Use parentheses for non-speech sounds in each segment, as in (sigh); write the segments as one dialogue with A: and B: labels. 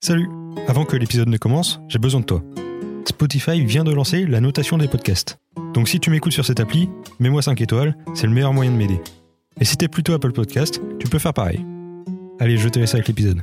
A: Salut Avant que l'épisode ne commence, j'ai besoin de toi. Spotify vient de lancer la notation des podcasts. Donc si tu m'écoutes sur cette appli, mets-moi 5 étoiles, c'est le meilleur moyen de m'aider. Et si t'es plutôt Apple Podcast, tu peux faire pareil. Allez, je te laisse avec l'épisode.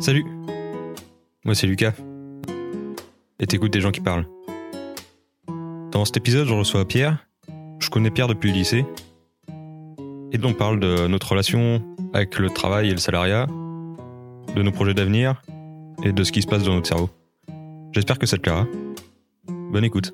A: Salut Moi c'est Lucas. Et t'écoutes des gens qui parlent. Dans cet épisode, je reçois Pierre. Je connais Pierre depuis le lycée. Et on parle de notre relation avec le travail et le salariat, de nos projets d'avenir et de ce qui se passe dans notre cerveau. J'espère que ça te plaira. Bonne écoute.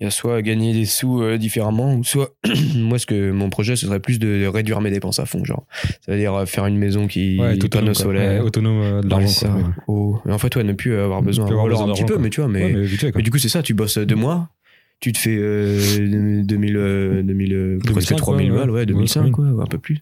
B: Il y a soit gagner des sous euh, différemment, ou soit (clears throat) moi ce que mon projet ce serait plus de réduire mes dépenses à fond, genre. Ça veut dire euh, faire une maison qui est panneau solaire.
A: autonome de
B: Ouais, euh, ça, ouais. Oh. Mais en fait, ouais, ne plus avoir besoin.
A: plus avoir
B: Ou alors
A: besoin
B: un petit
A: d'argent,
B: peu,
A: quoi.
B: mais tu vois, mais,
A: mais vite fait, quoi.
B: mais du coup c'est ça. Tu bosses deux mois, tu te fais euh, 2000, euh, 2000, euh,
A: 2005,
B: presque 3000
A: ouais,
B: balles,
A: ouais.
B: ouais, 2005
A: Ouais,
B: quoi, ou un peu plus.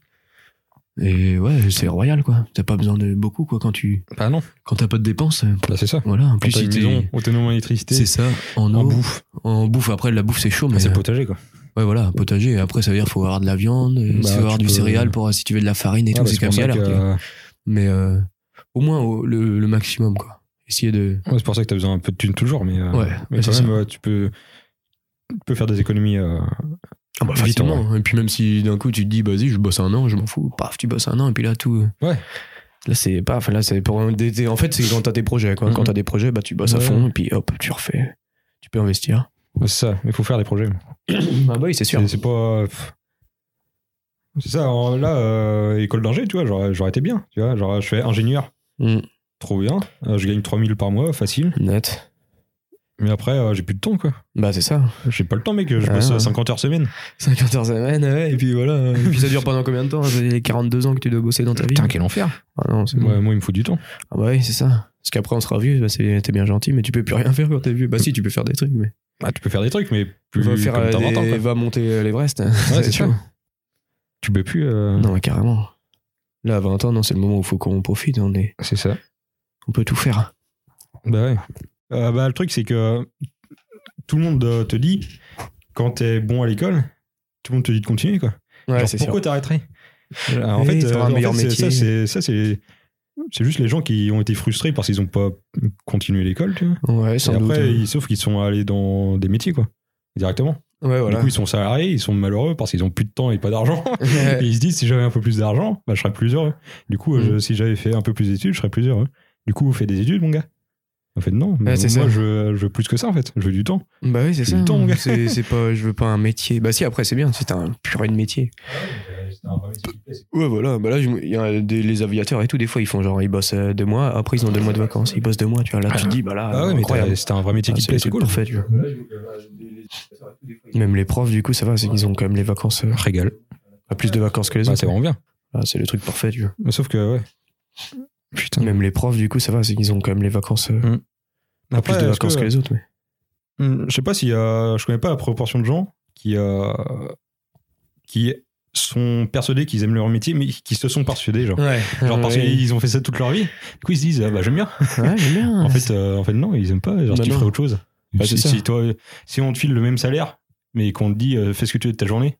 B: Et ouais, c'est royal quoi. T'as pas besoin de beaucoup quoi quand tu
A: Bah non,
B: quand t'as pas de dépenses. euh,
A: bah c'est ça.
B: Voilà, en Ah plus
A: Plus
B: si t'es-
A: maison, autonome en électricité,
B: c'est ça en
A: en
B: eau,
A: bouffe, Ah,
B: en bouffe. Après la bouffe Ah, c'est chaud, mais euh,
A: c'est le potager quoi.
B: Ouais, voilà, un potager. Après, ça veut dire faut avoir de la viande, euh,
A: Bah,
B: faut avoir
A: tu
B: du
A: peux-
B: céréal pour euh, si tu veux de la farine et
A: Ah,
B: tout,
A: bah,
B: c'est quand même
A: pour ça
B: galère.
A: que,
B: tu vois.
A: euh,
B: Mais euh, au moins au- le, le maximum, quoi. Essayer de.
A: ouais, c'est pour ça que t'as besoin un peu de thunes toujours, mais, euh,
B: Ouais,
A: mais
B: ouais,
A: quand
B: c'est
A: même, euh, tu peux, tu peux faire des économies. euh,
B: Ah bah,
A: Vite, en
B: facilement. Et puis, même si d'un coup, tu te dis, bah, vas-y, je bosse un an, je m'en fous, paf, tu bosses un an, et puis là, tout. euh,
A: Ouais.
B: Là, c'est pas. enfin, Là, c'est pour. un- des- des- En fait, c'est quand t'as tes projets, quoi.
A: Mhm.
B: Quand t'as des projets, bah, tu bosses à
A: Ouais.
B: fond, et puis hop, tu refais. Tu peux investir.
A: ouais, c'est ça, il faut faire des projets. Mm.
B: Ah, bah oui, c'est sûr.
A: C'est- C'est pas. pff. C'est ça, alors là, euh, école d'ingé, tu vois, j'aurais j'aurais été bien. Tu vois, genre, je fais ingénieur,
B: Mhm.
A: trop bien. euh, je gagne 3000 par mois, facile.
B: Net.
A: Mais après, euh, j'ai plus de temps, quoi.
B: Bah, c'est ça.
A: J'ai pas le temps, mec. Je
B: Ah,
A: bosse
B: ouais.
A: 50 heures semaine.
B: 50 heures semaine, ouais, et puis voilà. Et puis, ça dure pendant combien de temps C'est les 42 ans que tu dois bosser dans ta vie.
A: quel enfer.
B: Ah non, c'est
A: Moi, moi, il me faut du temps.
B: Ah bah oui, c'est ça. Parce qu'après, on sera vieux, bah, c'est- t'es bien gentil, mais tu peux plus rien faire quand t'es vieux. Bah si, tu peux faire des trucs, mais.
A: Ah, tu peux faire des trucs, mais plus
B: va, faire,
A: comme
B: euh,
A: t'as 20 ans,
B: des-
A: quoi.
B: va monter euh, l'Everest. (laughs)
A: c'est ça. Tu peux plus. euh,
B: Non, mais carrément. Là, à 20 ans, non, c'est le moment où faut qu'on profite. On, est...
A: C'est ça.
B: on peut tout faire.
A: Bah ouais. Euh, bah, le truc, c'est que tout le monde euh, te dit, quand t'es bon à l'école, tout le monde te dit de continuer, quoi.
B: Ouais,
A: Genre,
B: c'est sûr.
A: pourquoi t'arrêterais Alors, En
B: Eh,
A: fait,
B: t'auras
A: euh,
B: un
A: en
B: meilleur
A: fait, c'est- ça, c'est
B: métier.
A: ça, c'est c'est juste les gens qui ont été frustrés parce qu'ils n'ont pas continué l'école, tu vois.
B: Ouais, sans
A: Et
B: doute. hein.
A: après, ils, sauf qu'ils sont allés dans des métiers, quoi, directement.
B: Ouais,
A: Du
B: voilà.
A: coup, ils sont salariés, ils sont malheureux parce qu'ils ont plus de temps et pas d'argent.
B: (laughs)
A: et ils se disent, si j'avais un peu plus d'argent, bah, je serais plus heureux. Du coup, euh,
B: Mm.
A: je- si j'avais fait un peu plus d'études, je serais plus heureux. Du coup, fais des études, mon gars. En fait, non. Mais
B: Ouais, c'est
A: moi,
B: ça.
A: je, je veux plus que ça, en fait. Je veux du temps.
B: bah oui, c'est
A: J'ai
B: ça.
A: le temps, mon gars.
B: C'est c'est pas, je veux pas un métier. Bah si, après, c'est bien. C'est un purée de métier. Ouais, voilà. Bah là, je- il y a des, les aviateurs et tout, des fois, ils font genre, ils bossent euh, deux mois. Après, ils ont deux mois de vacances. Ils bossent deux mois, tu vois. Là, tu te dis, bah là,
A: Ah ouais, mais
B: incroyable.
A: t'as- c'était un vrai métier
B: Ah,
A: qui te plaît,
B: le
A: c'est
B: truc
A: cool.
B: parfait, tu vois. Même les profs, du coup, ça va, c'est qu'ils ont quand même les vacances, euh,
A: Régal.
B: pas plus de vacances que les
A: Bah,
B: autres.
A: c'est vraiment bien.
B: Ah, c'est le truc parfait, tu vois.
A: Mais Sauf que, ouais. Putain.
B: Même les profs, du coup, ça va, c'est qu'ils ont quand même les vacances, euh, pas
A: Après,
B: plus de
A: est-ce
B: vacances que... les autres. Mais...
A: Hmm, Je sais pas si euh, je connais pas la proportion de gens qui euh, qui sont persuadés qu'ils aiment leur métier, mais qui se sont persuadés genre.
B: Ah Ouais,
A: Genre parce qu'ils ont fait ça toute leur vie. Du coup ils se disent ah, bah j'aime bien.
B: Ouais, j'aime bien. (laughs)
A: En fait euh, en fait non ils aiment pas. Genre
B: Bah
A: tu
B: non.
A: ferais autre chose.
B: Bah,
A: si,
B: c'est ça.
A: si toi si on te file le même salaire mais qu'on te dit euh, fais ce que tu veux de ta journée,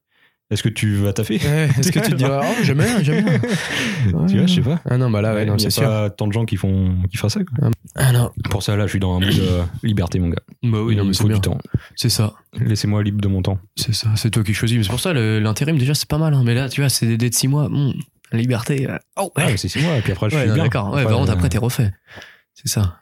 A: est-ce que tu vas taffer
B: Ouais, Est-ce que tu te diras, oh, j'aime bien, j'aime bien.
A: (laughs) Tu vois je sais pas.
B: Ah non, bah là, ouais, non,
A: il y
B: c'est
A: a
B: sûr.
A: pas tant de gens qui font qui font ça. quoi.
B: Ah non,
A: Pour ça là je suis dans un mood euh, liberté mon gars.
B: bah oui,
A: Il
B: non, mais
A: me
B: c'est
A: faut
B: bien.
A: du temps.
B: C'est ça.
A: Laissez-moi libre de mon temps.
B: C'est ça, c'est toi qui choisis. Mais C'est pour ça, le- l'intérim, déjà, c'est pas mal. hein. Mais là, tu vois, c'est des dés de 6 mois. hmm, liberté. euh, Oh,
A: Ah, mais c'est six mois et puis après je
B: Ouais,
A: suis
B: non,
A: bien.
B: d'accord. Ouais, par contre, après, t'es refait. C'est ça.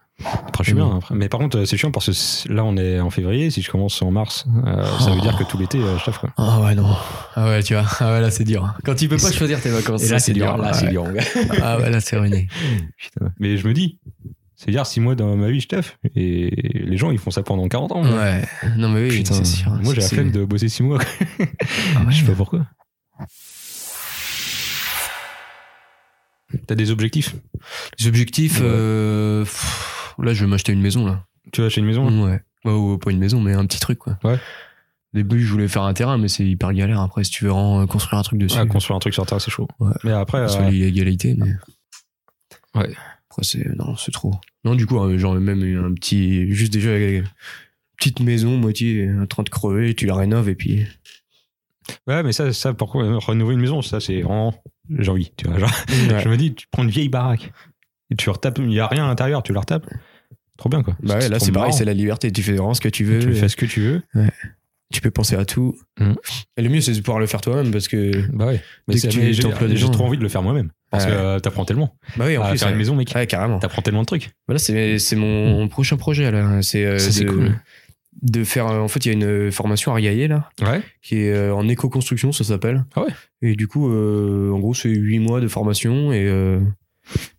A: Après, je suis bien. Après. Mais par contre, euh, c'est chiant parce que c- là, on est en février. Si je commence en mars, euh, ça
B: Oh.
A: veut dire que tout l'été, euh, je taffe. quoi.
B: Ah ouais, non. Ah ouais, tu vois. Ah ouais, là, c'est dur. Quand tu peux pas choisir tes vacances.
A: Là,
B: ça, Ah ouais.
A: dur.
B: Ah ouais, là, c'est ruiné.
A: Putain. Mais je me dis, C'est-à-dire 6 mois dans ma vie, je taffe. Et les gens, ils font ça pendant 40 ans. moi.
B: (laughs) Ouais. Non, mais oui,
A: Putain,
B: c'est sûr.
A: moi, j'ai la
B: C'est-
A: flemme de bosser 6 mois.
B: Ah ouais.
A: Je sais pas pourquoi. T'as des objectifs
B: Les objectifs,
A: Ouais.
B: euh, pff, là, je vais m'acheter une maison, là.
A: Tu vas acheter une maison hein. là
B: Ouais. Bah, ou pas une maison, mais un petit truc, quoi.
A: Ouais.
B: Au début, je voulais faire un terrain, mais c'est hyper galère. Après, si tu veux en- euh, construire un truc dessus,
A: Ah, construire un truc sur Terre, c'est chaud.
B: Ouais.
A: Mais après,
B: sur
A: euh,
B: l'illégalité, mais.
A: Ouais.
B: Après, c'est. Non, c'est trop. Non, du coup, euh, genre, même un petit. Juste déjà, euh, petite maison, moitié, euh, en train de crever, tu la rénoves, et puis.
A: ouais, mais ça, ça pourquoi euh, renouveler une maison, ça, c'est vraiment. J'ai envie, tu vois. Genre,
B: Bah
A: je me dis, tu prends une vieille baraque et tu retapes, il n'y a rien à l'intérieur, tu la retapes. Trop bien, quoi.
B: Bah ouais, là,
A: trop
B: c'est pareil,
A: marrant.
B: c'est la liberté. Tu fais vraiment ce que tu veux.
A: Tu
B: euh,
A: fais ce que tu veux.
B: tu peux penser à tout.
A: Mhm.
B: Et le mieux, c'est de pouvoir le faire toi-même parce que.
A: Bah ouais. Mais
B: Dès
A: c'est-
B: que tu
A: mais j'ai
B: t'emploies des
A: j'ai
B: gens.
A: trop envie de le faire moi-même. Parce
B: Ouais.
A: que euh, t'apprends tellement.
B: Bah oui, en
A: à
B: plus.
A: faire
B: ouais.
A: une maison, mec.
B: Ouais, carrément.
A: T'apprends tellement de trucs.
B: Voilà, c'est c'est mon prochain projet, là. C'est euh,
A: Ça, c'est
B: de,
A: cool.
B: de faire. euh, En fait, il y a une formation à Riaillet, là,
A: Ouais.
B: qui est euh, en éco-construction, ça s'appelle.
A: Ah ouais.
B: Et du coup, euh, en gros, c'est 8 mois de formation et. euh,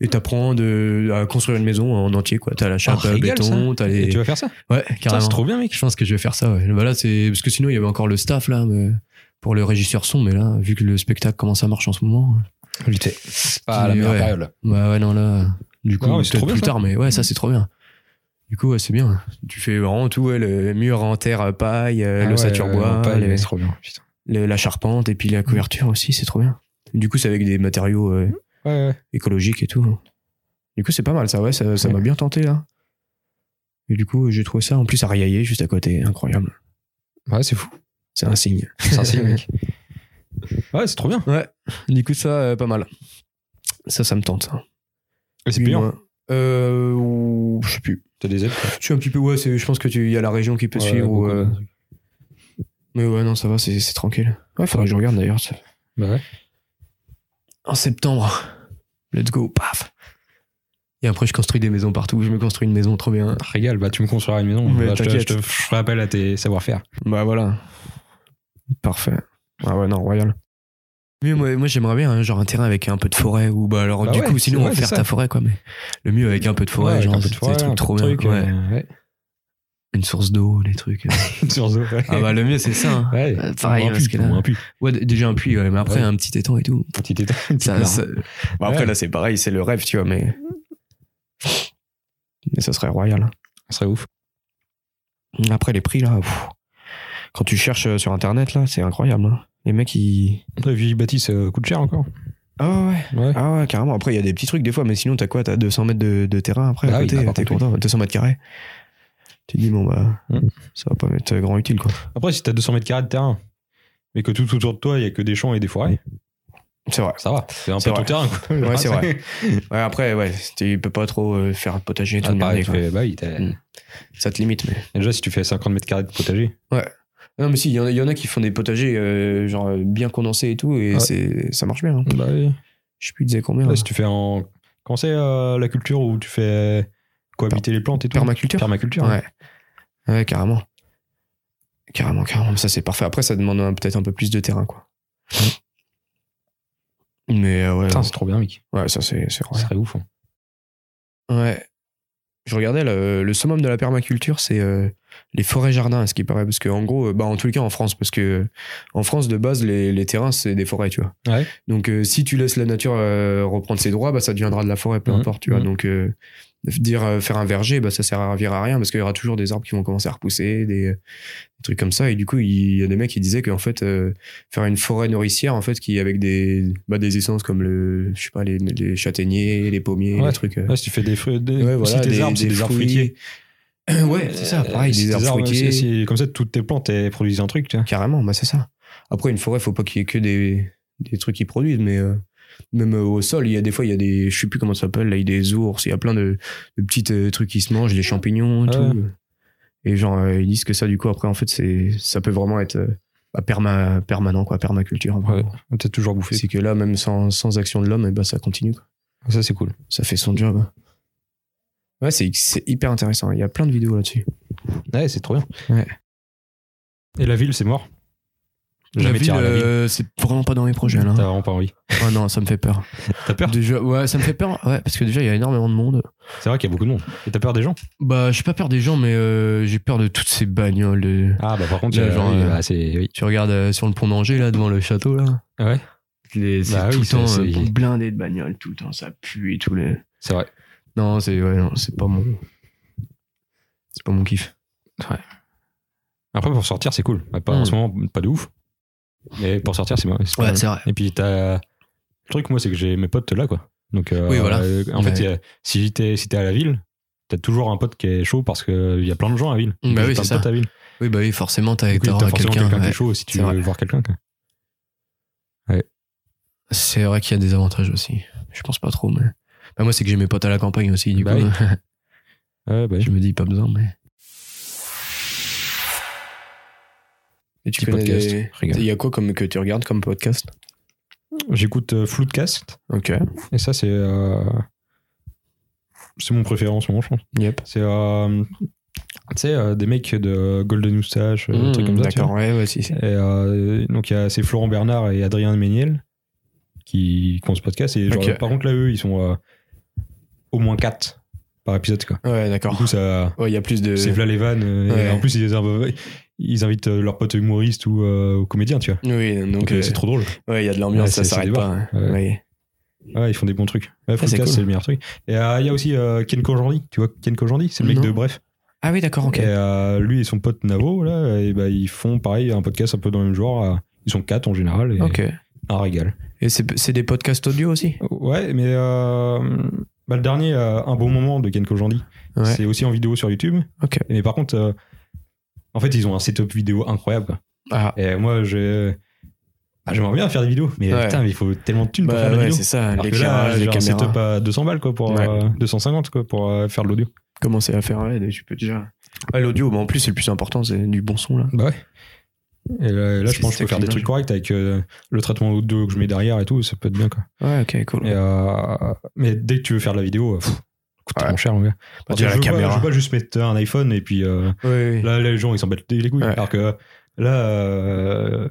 B: et t'apprends de, à construire une maison en entier, quoi. T'as la chape à
A: régal,
B: béton, t'as les.
A: Et tu vas faire Oh, ça
B: Ouais,
A: Putain,
B: carrément.
A: C'est trop bien, mec.
B: Je pense que je vais faire ça, ouais. Bah là, c'est parce que sinon, il y avait encore le staff là mais- pour le régisseur son, mais là, vu que le spectacle comment ça marche en ce moment,
A: Vite. C'est pas la
B: Puis,
A: meilleure
B: ouais.
A: période.
B: bah ouais, non là, du coup,
A: Ah ouais, c'est
B: peut-être
A: trop bien,
B: plus
A: ça.
B: tard, mais ouais, ça c'est trop bien. Du coup, ouais, c'est bien. Tu fais vraiment tout, ouais, le mur en terre euh, paille,
A: Ah
B: euh, l'ossature bois, les-
A: C'est trop bien. Putain.
B: le- la charpente et puis la couverture aussi, c'est trop bien. Du coup, c'est avec des matériaux euh,
A: Ouais, ouais.
B: écologiques et tout. Du coup, c'est pas mal ça, ouais, ça ça m'a bien tenté là. Et du coup, j'ai trouvé ça en plus à Riaillet, juste à côté, incroyable.
A: Ouais, c'est fou.
B: C'est un signe.
A: (laughs) C'est un signe, mec. Ouais, c'est trop bien.
B: Ouais, du coup, ça, euh, pas mal. Ça, ça me tente. ça.
A: Et c'est
B: Huit
A: payant.
B: mois. Euh, ou- je sais plus.
A: T'as des aides.
B: Je suis un petit peu, ouais, c'est- je pense que tu, y a la région qui peut suivre. ou, euh, mais ouais, non, ça va, c'est c'est tranquille. Ouais, faudrait que je regarde d'ailleurs. ça.
A: Bah ouais.
B: En septembre, let's go, paf. Et après, je construis des maisons partout. Je me construis une maison, trop bien.
A: Régale, bah tu me construiras une maison.
B: Mais
A: Bah, je, te, je, te,
B: t'inquiète.
A: je te rappelle à tes savoir-faire.
B: Bah voilà. Parfait. Ah ouais, non, royal. Mais moi, moi j'aimerais bien hein, genre un terrain avec un peu de forêt ou bah alors
A: Bah
B: du
A: ouais,
B: coup sinon
A: c'est-
B: on va
A: ouais,
B: faire
A: c'est ça.
B: ta forêt quoi mais le mieux avec un peu de forêt
A: Ouais,
B: genre
A: avec un peu de
B: c'est
A: forêt,
B: des trucs
A: un
B: trop
A: peu de
B: bien
A: trucs,
B: ouais.
A: euh, ouais.
B: une source d'eau les trucs euh.
A: Sur Zo, ouais. (laughs)
B: ah bah le mieux c'est ça hein.
A: Ouais,
B: Euh, pareil,
A: ou un
B: parce
A: puits,
B: que là-
A: ou un puits.
B: ouais d- déjà un puits ouais, mais après
A: Ouais.
B: un petit étang et tout
A: Un petit état. une petite
B: Ça-
A: barre.
B: ça- Bon, après
A: Ouais.
B: là c'est pareil c'est le rêve tu vois mais mais ça serait royal hein.
A: Ça serait ouf.
B: après les prix là pff. quand tu cherches euh, sur internet là c'est incroyable hein. les mecs ils
A: La vieille bâtisse euh, coûte cher encore.
B: ah ouais, ouais
A: Ouais.
B: Ah ouais, carrément. Après, il y a des petits trucs des fois, mais sinon, t'as quoi T'as 200 mètres de, de terrain après
A: Ah
B: à
A: oui,
B: côté,
A: bah, par
B: t'es
A: contre,
B: content, 200 mètres carrés. Tu te dis, bon, bah,
A: Mm.
B: ça va pas m'être euh, grand utile, quoi.
A: Après, si t'as 200 mètres carrés de terrain, mais que tout autour de toi, il y a que des champs et des forêts,
B: C'est vrai.
A: ça va. C'est un
B: C'est
A: peu ton
B: vrai.
A: terrain. Quoi.
B: Ouais, c'est vrai.
A: (laughs)
B: Ouais, après, ouais, tu peux pas trop euh, faire de potager et tout.
A: Ah, pareil,
B: merder,
A: tu
B: quoi.
A: fais, bah oui, t'as-
B: Mm. Ça te limite, mais.
A: Déjà, si tu fais 50 mètres carrés de potager,
B: Non, mais si, il y, en a- il y en a qui font des potagers, euh, genre, euh, bien condensés et tout, et
A: Ouais.
B: c'est, ça marche bien. hein.
A: bah oui.
B: Je sais plus, il disait combien.
A: Là,
B: hein.
A: si tu fais en. Quand c'est euh, la culture où tu fais cohabiter les plantes et tout
B: Permaculture
A: Permaculture.
B: Ouais. Ouais, carrément. Carrément, carrément. Ça, c'est parfait. Après, ça demande un- peut-être un peu plus de terrain, quoi. Mais euh, ouais,
A: Putain, c'est trop bien, mec.
B: ouais, ça, c'est c'est
A: Ça
B: vrai.
A: serait ouf. hein.
B: Ouais. Je regardais le, le summum de la permaculture, c'est euh, les forêts-jardins, à ce qui paraît. Parce que, en gros, euh, bah, en tous les cas, en France, parce que euh, en France, de base, les, les terrains, c'est des forêts, tu vois.
A: Ouais.
B: Donc, euh, si tu laisses la nature euh, reprendre ses droits, bah, ça deviendra de la forêt, peu
A: Mhm.
B: importe, tu vois.
A: Mhm.
B: Donc, euh, dire euh, faire un verger, bah, ça servira à rien parce qu'il y aura toujours des arbres qui vont commencer à repousser, des, euh, des trucs comme ça. Et du coup, il y a des mecs qui disaient qu'en fait, euh, faire une forêt nourricière, en fait, qui avec des, bah, des essences comme le, je sais pas, les, les châtaigniers, les pommiers,
A: Ouais.
B: les trucs. euh,
A: Ouais, si tu fais des fruits. Des...
B: Ouais, voilà,
A: si tes
B: des,
A: arbres, c'est des, arbres
B: fruits.
A: fruitiers.
B: (clears throat) ouais, c'est ça, pareil,
A: Euh, si tes
B: des arbres fruitiers.
A: si- si- Comme ça, toutes tes plantes, elles produisent un truc, tu vois.
B: Carrément, bah c'est ça. Après, une forêt, faut pas qu'il y ait que des, des trucs qui produisent, mais euh, même euh, au sol, il y a des fois, il y a des, je sais plus comment ça s'appelle, là, il y a des ours, il y a plein de, de petits euh, trucs qui se mangent, des champignons et
A: Ah
B: tout. Et genre, euh, ils disent que ça, du coup, après, en fait, c'est, ça peut vraiment être euh, bah, perma- permanent, quoi, permaculture. vraiment.
A: T'as toujours bouffé.
B: C'est que là, même sans, sans action de l'homme, et bah, ça continue, quoi.
A: Ça, c'est cool.
B: Ça fait son job. Ouais, c'est, c'est hyper intéressant. Il y a plein de vidéos là-dessus.
A: Ouais, c'est trop bien.
B: Ouais.
A: Et la ville, c'est mort. Jamais
B: ville,
A: tiré à la ville.
B: euh, c'est vraiment pas dans mes projets là.
A: T'as vraiment pas envie.
B: Ah non, ça me fait peur.
A: T'as peur
B: Déjà, ouais, ça me fait peur. Ouais, parce que déjà il y a énormément de monde.
A: C'est vrai qu'il y a beaucoup de monde. Et t'as peur des gens
B: Bah, j'ai pas peur des gens, mais euh, j'ai peur de toutes ces bagnoles. de-
A: Ah bah par contre,
B: Là,
A: euh,
B: genre,
A: oui,
B: euh,
A: bah, c'est oui.
B: Tu regardes euh, sur le pont d'Angers là devant le château là.
A: Ah Ouais,
B: Les- C'est
A: Bah
B: tout
A: oui,
B: le
A: c'est-
B: temps
A: c'est-
B: euh, blindé de bagnoles, tout le temps ça pue et tout les.
A: c'est vrai.
B: Non, c'est ouais, non, c'est pas mon. C'est pas mon kiff.
A: Après pour sortir, c'est cool. Bah, pas,
B: Hmm.
A: En ce moment, pas de ouf. Mais pour sortir, c'est c'est pas mal.
B: c'est vrai.
A: Et puis t'as le truc moi c'est que j'ai mes potes là quoi. Donc euh,
B: Oui, voilà.
A: euh, en
B: Ouais.
A: fait il y a- si t'es si t'es à la ville, t'as toujours un pote qui est chaud parce que il y a plein de gens à la ville.
B: Bah
A: Donc,
B: oui,
A: t'as un
B: c'est ça.
A: pote à la ville.
B: Oui, bah oui, forcément, t'as
A: Du coup, t'as
B: t'auras
A: forcément
B: quelqu'un.
A: quelqu'un qui
B: ouais.
A: est chaud si tu
B: c'est
A: veux
B: vrai.
A: voir quelqu'un. quoi.
B: C'est vrai qu'il y a des avantages aussi. Je pense pas trop, mais. Bah, moi, c'est que j'ai mes potes à la campagne aussi, du
A: Bah
B: coup. (laughs)
A: Ouais, bah oui.
B: je me dis pas besoin, mais. Et
A: Petit podcast. Regarde.
B: Il y a quoi comme que tu regardes comme podcast
A: J'écoute euh, Floodcast
B: Ok.
A: et ça c'est euh, c'est mon préféré en ce moment je pense.
B: Yep.
A: C'est euh, tu sais euh, des mecs de Golden Moustache, euh, des trucs comme ça. tu vois.
B: Hmm, Mmh, D'accord, ouais, ouais, si. si.
A: Et, euh, donc il y a- c'est Florent Bernard et Adrien Méniel qui, qui ont ce podcast. Et genre,
B: Ok.
A: par contre là eux ils sont euh, au moins 4 par épisode quoi.
B: Ouais,
A: Du
B: d'accord.
A: coup ça
B: Ouais, il y a plus de.
A: c'est v'là les vannes. euh, et
B: ouais.
A: en plus ils, inv- ils invitent euh, leurs potes humoristes ou euh, comédiens tu vois.
B: Oui, donc.
A: Donc euh, c'est trop drôle.
B: euh, Ouais, il y a de l'ambiance,
A: Ouais,
B: ça
A: c'est- c'est
B: s'arrête
A: des
B: pas. hein.
A: Ouais.
B: Ouais.
A: Ouais, ils font des bons trucs. Ouais,
B: Ah, c'est
A: Floodcast,
B: cool.
A: c'est le meilleur truc. Et euh, il y a aussi euh, Ken Kojandi, tu vois Ken Kojandi, c'est le mec
B: Non.
A: de Bref.
B: Ah oui, d'accord, ok.
A: Et euh, lui et son pote Navo là, et bah, ils font pareil un podcast un peu dans le même genre. euh, ils sont 4 en général et
B: Ok.
A: un régal.
B: Et c'est c'est des podcasts audio aussi
A: Ouais, mais euh, bah, le dernier, euh, Un bon moment de Ken Kojandi,
B: Ouais.
A: c'est aussi en vidéo sur YouTube.
B: Ok.
A: Mais par contre, euh, en fait, ils ont un setup vidéo incroyable. quoi.
B: Ah.
A: Et moi, je. ah, J'aimerais bien faire des vidéos, mais
B: Ouais.
A: putain, mais il faut tellement de thunes pour
B: Bah
A: faire des
B: ouais,
A: vidéos.
B: c'est ça,
A: Alors que là,
B: l'éclairage, les
A: j'ai un setup
B: caméras.
A: à 200 balles, quoi, pour
B: Ouais.
A: euh, 250, quoi, pour euh, faire de l'audio.
B: Commencer à faire, ouais, tu peux déjà. Ouais, l'audio, bah, en plus, c'est le plus important, c'est du bon son là.
A: Bah ouais. Et euh, là, et là, je
B: C'est-
A: pense que je
B: c'est
A: peux faire des
B: cool,
A: trucs corrects avec euh, le traitement audio que je mets derrière et tout, ça peut être bien, quoi.
B: Ouais, ok, cool.
A: Et, euh, mais dès que tu veux faire de la vidéo, euh, pff, coûte
B: Ouais.
A: tellement cher, mon gars. Parce que je
B: Bah, déjà la
A: veux pas-
B: caméra.
A: je veux pas juste mettre un iPhone et puis euh,
B: Ouais, ouais.
A: là, les gens ils s'en battent les couilles.
B: Ouais.
A: Alors que là, euh,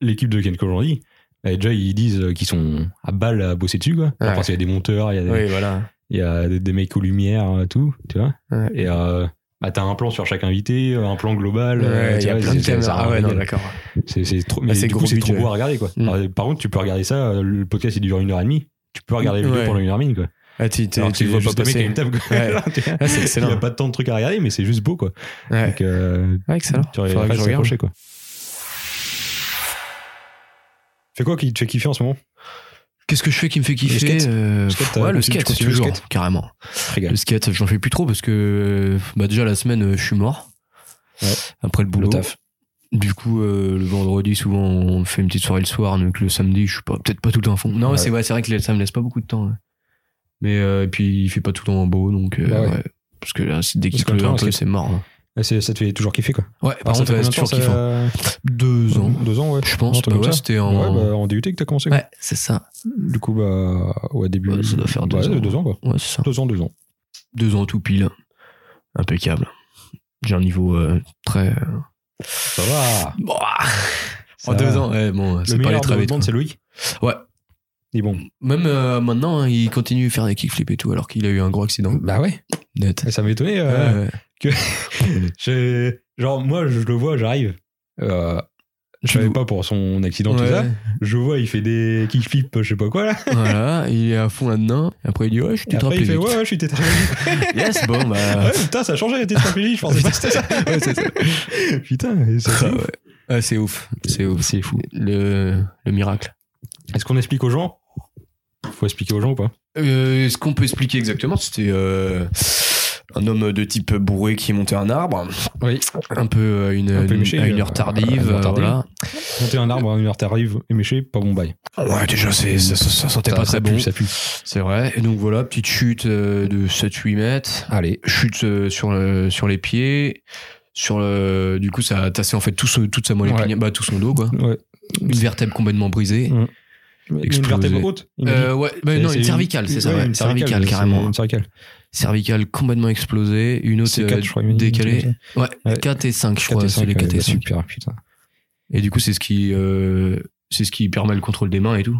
A: l'équipe de Ken Kojandi, eh, déjà ils disent qu'ils sont à balle à bosser dessus quoi.
B: Ouais.
A: Parce qu'il y a des monteurs, il y a des,
B: Oui, voilà.
A: il y a des, des mecs aux lumières, euh, tout, tu vois.
B: Ouais.
A: Et euh, bah, t'as un plan sur chaque invité, un plan global. euh,
B: Ouais,
A: tu
B: Il y a
A: vois,
B: plein de
A: c'est- c'est-
B: caméras. Ah ouais,
A: c'est-
B: non, d'accord.
A: c'est c'est trop,
B: Ah,
A: mais
B: c'est
A: du
B: gros
A: coup, c'est trop
B: budget.
A: beau à regarder quoi.
B: Mm.
A: Alors, par contre, tu peux regarder ça, euh, le podcast il dure une heure et demie. Tu peux regarder la vidéo
B: Ouais.
A: pendant une heure et demie quoi.
B: Ah, tu, tu,
A: Alors que
B: tu le vois pas
A: juste le mec qui a
B: passer.
A: une table. quoi.
B: Ouais.
A: Tu vois.
B: (laughs) Ah,
A: (laughs) Il
B: c'est
A: n'y a
B: excellent.
A: pas tant de trucs à regarder, mais c'est juste beau, quoi.
B: Ouais,
A: Donc, euh,
B: Ouais, excellent.
A: tu aurais
B: Faudrait que je regarde.
A: s'accrocher, quoi. Fais quoi qui te fait kiffer en ce moment
B: Qu'est-ce que je fais qui me fait kiffer
A: skate
B: Euh,
A: Le skate,
B: pff,
A: t'as
B: Ouais, le
A: l'habitude, tu
B: skate,
A: continues le
B: toujours,
A: skate
B: carrément.
A: Régale.
B: Le skate, j'en fais plus trop parce que bah, déjà la semaine, euh, je suis mort.
A: Ouais.
B: Après le boulot.
A: Le taf.
B: Du coup, euh, le vendredi, souvent, on fait une petite soirée le soir, donc le samedi, je suis pas, peut-être pas tout le temps à fond. Non,
A: Ouais.
B: c'est ouais, c'est vrai que ça me laisse pas beaucoup de temps. ouais. Mais euh, et puis, il fait pas tout le temps beau, donc euh,
A: Bah ouais.
B: ouais. parce que là, c'est- dès qu'il
A: Parce que Ah,
B: pleut
A: toi,
B: un
A: parce
B: peu,
A: que-
B: c'est mort. hein.
A: Ah, c'est- Ça te fait toujours kiffer, quoi.
B: Ouais, par contre, ouais, c'est toujours kiffant. Deux ans,
A: Deux ans, ouais.
B: je
A: Un
B: pense.
A: truc
B: Bah
A: comme
B: ouais,
A: ça.
B: c'était en.
A: Ouais, bah, en DUT que t'as commencé. quoi.
B: Ouais, c'est ça.
A: Du coup, bah, ouais, début.
B: Ouais, ça doit faire deux
A: Ouais,
B: ans.
A: Deux ans, quoi.
B: Ouais, c'est ça.
A: Deux ans, deux ans.
B: Deux ans tout pile. Impeccable. J'ai un niveau euh, très.
A: Ça va.
B: Bon, ah,
A: Ça
B: en deux
A: va.
B: ans, ouais, bon,
A: Le
B: c'est pas les
A: meilleur de
B: travaux.
A: votre bande, c'est Loïc.
B: Ouais,
A: Et bon.
B: même euh, maintenant, hein, il continue de faire des kickflips et tout, alors qu'il a eu un gros accident.
A: Bah ouais.
B: Net.
A: Ça m'étonnait. euh,
B: Ouais, ouais.
A: j'ai- Genre, moi, je le vois, j'arrive. Euh, Je
B: Tu
A: savais
B: le-
A: pas pour son accident, tout
B: Ouais.
A: ça. Je vois, il fait des kickflips, je sais pas quoi, là.
B: voilà, il est à fond là-dedans. Après, il dit Ouais, je suis
A: Et après, il fait
B: tétraplégique.
A: ouais, ouais, je suis
B: (laughs)
A: tétraplégique.
B: Yes, bon, bah.
A: (laughs) ouais, putain, ça a changé la tétraplégie, je pensais pas que c'était ça.
B: (laughs) Ouais, c'est ça.
A: (laughs) putain, ça,
B: (laughs)
A: c'est
B: Ah,
A: ouf.
B: ouais. Ah, c'est ouf. C'est ouf.
A: C'est fou.
B: Le, le miracle.
A: Est-ce qu'on explique aux gens Faut expliquer aux gens ou pas
B: Euh, ce qu'on peut expliquer exactement, c'était euh, un homme de type bourré qui montait un arbre,
A: Oui.
B: un peu euh, une,
A: Un peu
B: une-
A: méché,
B: à une
A: euh,
B: heure tardive.
A: à une heure
B: euh,
A: tardive.
B: voilà.
A: Monter un arbre à une heure tardive, éméché, pas bon bail.
B: Ouais, déjà, c'est- ça, ça- ça sentait
A: Mmh. Ça-
B: pas
A: ça
B: très
A: pue,
B: bon.
A: ça pue.
B: C'est vrai. Et donc voilà, petite chute euh, de 7-8 mètres.
A: Allez.
B: Chute euh, sur, le- sur les pieds. Sur le, du coup, ça a tassé en fait tout ce- toute sa moelle
A: Ouais. Mmh.
B: épinière, bah, tout son dos, quoi.
A: Ouais.
B: Une vertèbre complètement brisée.
A: Mm. Une vertèbre haute il me dit.
B: Euh, ouais, bah,
A: C'est-
B: non,
A: c'est
B: une cervicale, c'est ça,
A: ouais,
B: ouais.
A: une
B: cervicale,
A: cervicale, c'est
B: carrément.
A: Une cervicale.
B: Cervicale complètement explosée, une autre
A: C'est quatre,
B: euh,
A: je crois, il me dit,
B: décalée.
A: comme
B: Ouais,
A: Ouais.
B: 4 et 5, je
A: Quatre
B: crois,
A: et
B: c'est
A: cinq,
B: les 4
A: ouais,
B: et 5.
A: Super, putain.
B: Et du coup, c'est ce qui, euh, c'est ce qui permet le contrôle des mains et tout.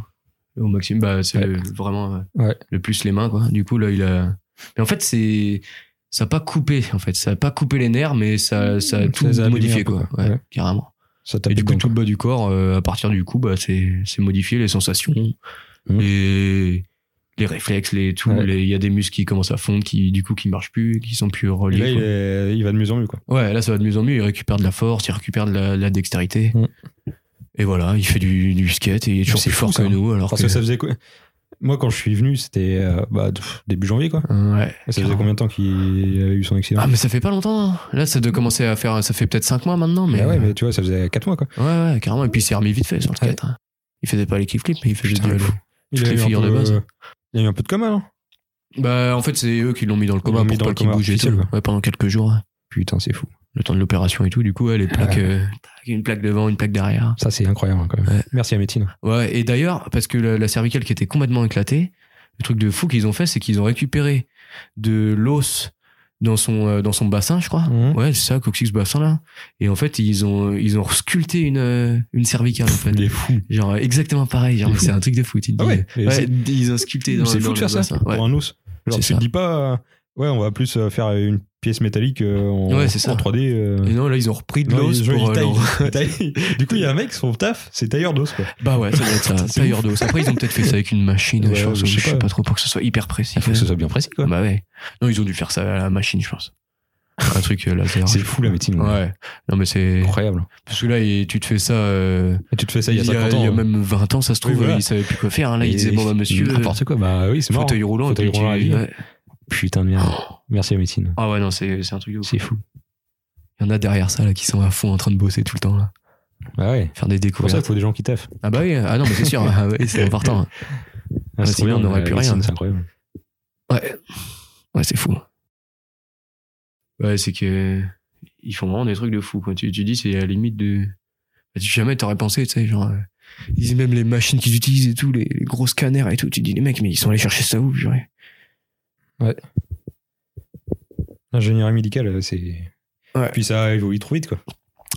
B: Au maximum, bah, c'est
C: Ouais.
B: le- vraiment euh,
C: Ouais.
B: le plus les mains, quoi. Du coup, là, il a. Mais en fait, c'est. Ça a pas coupé, en fait. Ça a pas coupé les nerfs, mais ça, ça a tout
C: les a abîmés
B: modifié,
C: un peu,
B: quoi.
C: quoi.
B: Ouais,
C: Ouais.
B: carrément.
C: Ça tape
B: Et du coup,
C: dedans,
B: tout le bas du corps, euh, à partir du coup, bah, c'est c'est modifié, les sensations,
C: Mhm.
B: les, les réflexes, les tout.
C: Ouais.
B: les- Il y a des muscles qui commencent à fondre, qui, du coup, qui marchent plus, qui sont plus
A: Et
B: reliés.
A: là, il,
B: quoi.
A: est- il va de mieux en mieux, quoi.
B: Ouais, là, ça va de mieux en mieux. Il récupère de la force, il récupère de la, de la dextérité.
C: Mm.
B: Et voilà, il fait du, du skate et il est toujours
C: c'est
B: plus
C: fou,
B: fort
C: ça,
B: que
C: hein.
B: nous. Alors
A: Parce
B: que...
A: que ça faisait quoi Moi, quand je suis venu, c'était euh, bah, pff, début janvier, quoi.
B: Ouais.
A: Et ça faisait combien de temps qu'il avait eu son accident
B: Ah, mais ça fait pas longtemps. hein. Là, ça doit commencer à faire. Ça fait peut-être 5 mois maintenant. Mais...
A: Ah ouais, mais tu vois, ça faisait 4 mois, quoi.
B: ouais, ouais, carrément. Et puis, il s'est remis vite fait sur le skate. hein. Il faisait pas les kickflips, mais il faisait
A: Putain,
B: du-
A: le fou.
B: Toutes les
A: eu un
B: figures de
A: peu-
B: base.
A: Il a eu un peu de hein. coma, non
B: Bah, en fait, c'est eux qui l'ont mis dans le coma
A: l'ont
B: pour
A: mis dans
B: pas
A: le
B: qu'il
A: coma
B: bouge et tout.
A: artificiel,
B: Ouais, pendant quelques jours. hein.
A: Putain, c'est fou.
B: Le temps de l'opération et tout. Du coup, ouais, les plaques. euh, Une plaque devant, une plaque derrière.
A: Ça, c'est incroyable, hein, quand même.
B: Ouais.
A: Merci à Métine.
B: Ouais, et d'ailleurs, parce que la, la cervicale qui était complètement éclatée, le truc de fou qu'ils ont fait, c'est qu'ils ont récupéré de l'os dans son, euh, dans son bassin, je crois.
A: Mhm.
B: Ouais, c'est ça, coccyx bassin, là. Et en fait, ils ont, ils ont sculpté une, euh, une cervicale, en fait.
A: est fou.
B: Genre, euh, exactement pareil. Genre,
A: Il est fou.
B: c'est un truc de fou, tu te dis.
A: Ah ouais, mais c'est-
B: ils ont sculpté dans
A: C'est
B: dans
A: fou de
B: le
A: faire ça
B: bassin. Ouais,
A: pour un os. Genre,
B: C'est
A: tu
B: ça.
A: te dis pas, euh, ouais, on va plus euh, faire une pièce métallique euh, en,
B: Ouais, c'est ça.
A: en 3D. euh.
B: Et non, là, ils ont repris de
A: Non,
B: l'os
A: ils- genre,
B: pour.
A: ils
B: euh,
A: taillent.
B: leur-
A: (laughs) Ils taillent. du coup, il y a un mec, son taf, c'est tailleur d'os, quoi.
B: Bah ouais, ça doit être ça.
A: (laughs) C'est
B: Tailleur d'os. Après, ils ont peut-être fait ça avec une machine,
A: Ouais,
B: je, pense,
A: je
B: ou je
A: sais
B: sais
A: pas.
B: pas trop, pour que ce soit hyper précis.
A: soit bien précis, quoi.
B: Bah ouais. Non, ils ont dû faire ça à la machine,
A: (laughs)
B: je pense. Un truc euh, laser.
A: C'est fou, la médecine.
B: Ouais.
A: ouais.
B: Non, mais c'est.
A: Incroyable.
B: Parce que là, il- tu te fais ça. euh,
A: Et tu te fais ça il y a 50 ans.
B: Il y a
A: hein.
B: même 20 ans, ça se trouve,
A: Oui, voilà.
B: ils savaient plus quoi faire. hein. Là,
A: Et-
B: ils disaient, bon, bah, monsieur.
A: N'importe quoi, bah oui, c'est marrant.
B: Fauteuil roulant,
A: Fauteuil
B: et puis
A: roulant à
B: tu-
A: vie.
B: ouais.
A: Putain de merde. (gasps) Merci à la médecine.
B: Ah ouais, non, c'est c'est un truc de ouf.
A: C'est fou.
B: Il y en a derrière ça, là, qui sont à fond en train de bosser tout le temps, là.
A: Bah ouais.
B: Ah Faire des
A: C'est pour ça
B: découvertes.
A: qu'il faut des gens qui taffent.
B: Ah bah oui, ah non, mais c'est sûr. (laughs) ah ouais, c'est
A: Ah,
B: important. Ah,
A: c'est trop
B: sinon,
A: bien,
B: on n'aurait
A: la
B: plus
A: médecine,
B: rien.
A: C'est incroyable.
B: Ouais. Ouais, c'est fou. Ouais, c'est que. Ils font vraiment des trucs de fou, quoi. Tu, tu dis, c'est à la limite de. Bah, tu jamais t'aurais pensé, tu sais, genre. euh, Ils disent même les machines qu'ils utilisent et tout, les, les gros scanners et tout. Tu dis, les mecs, mais ils sont allés chercher ça où, purée
A: L'ingénierie médicale, euh, c'est.
B: Ouais.
A: Puis ça évolue trop vite, quoi.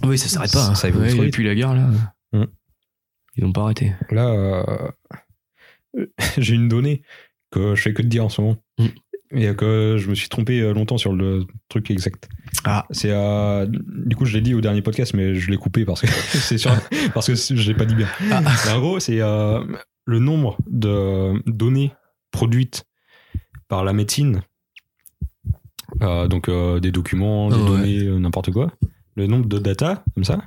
B: Oui, ça s'arrête pas.
A: Ça,
B: hein.
A: ça évolue
B: Ouais,
A: trop vite.
B: depuis la guerre, là.
A: Hum.
B: Ils n'ont pas arrêté.
A: Là, euh, euh, (laughs) j'ai une donnée que je fais que de dire en ce moment.
B: Mm.
A: Et que je me suis trompé euh, longtemps sur le truc exact.
B: Ah.
A: C'est à. Du coup, je l'ai dit au dernier podcast, mais je l'ai coupé parce que (laughs) c'est sûr. parce que je l'ai pas dit bien.
B: Ah.
A: Mais en gros, c'est euh, le nombre de données produites par la médecine. euh, donc euh, des documents, des
B: Ah ouais.
A: données, euh, n'importe quoi. Le nombre de data, comme ça,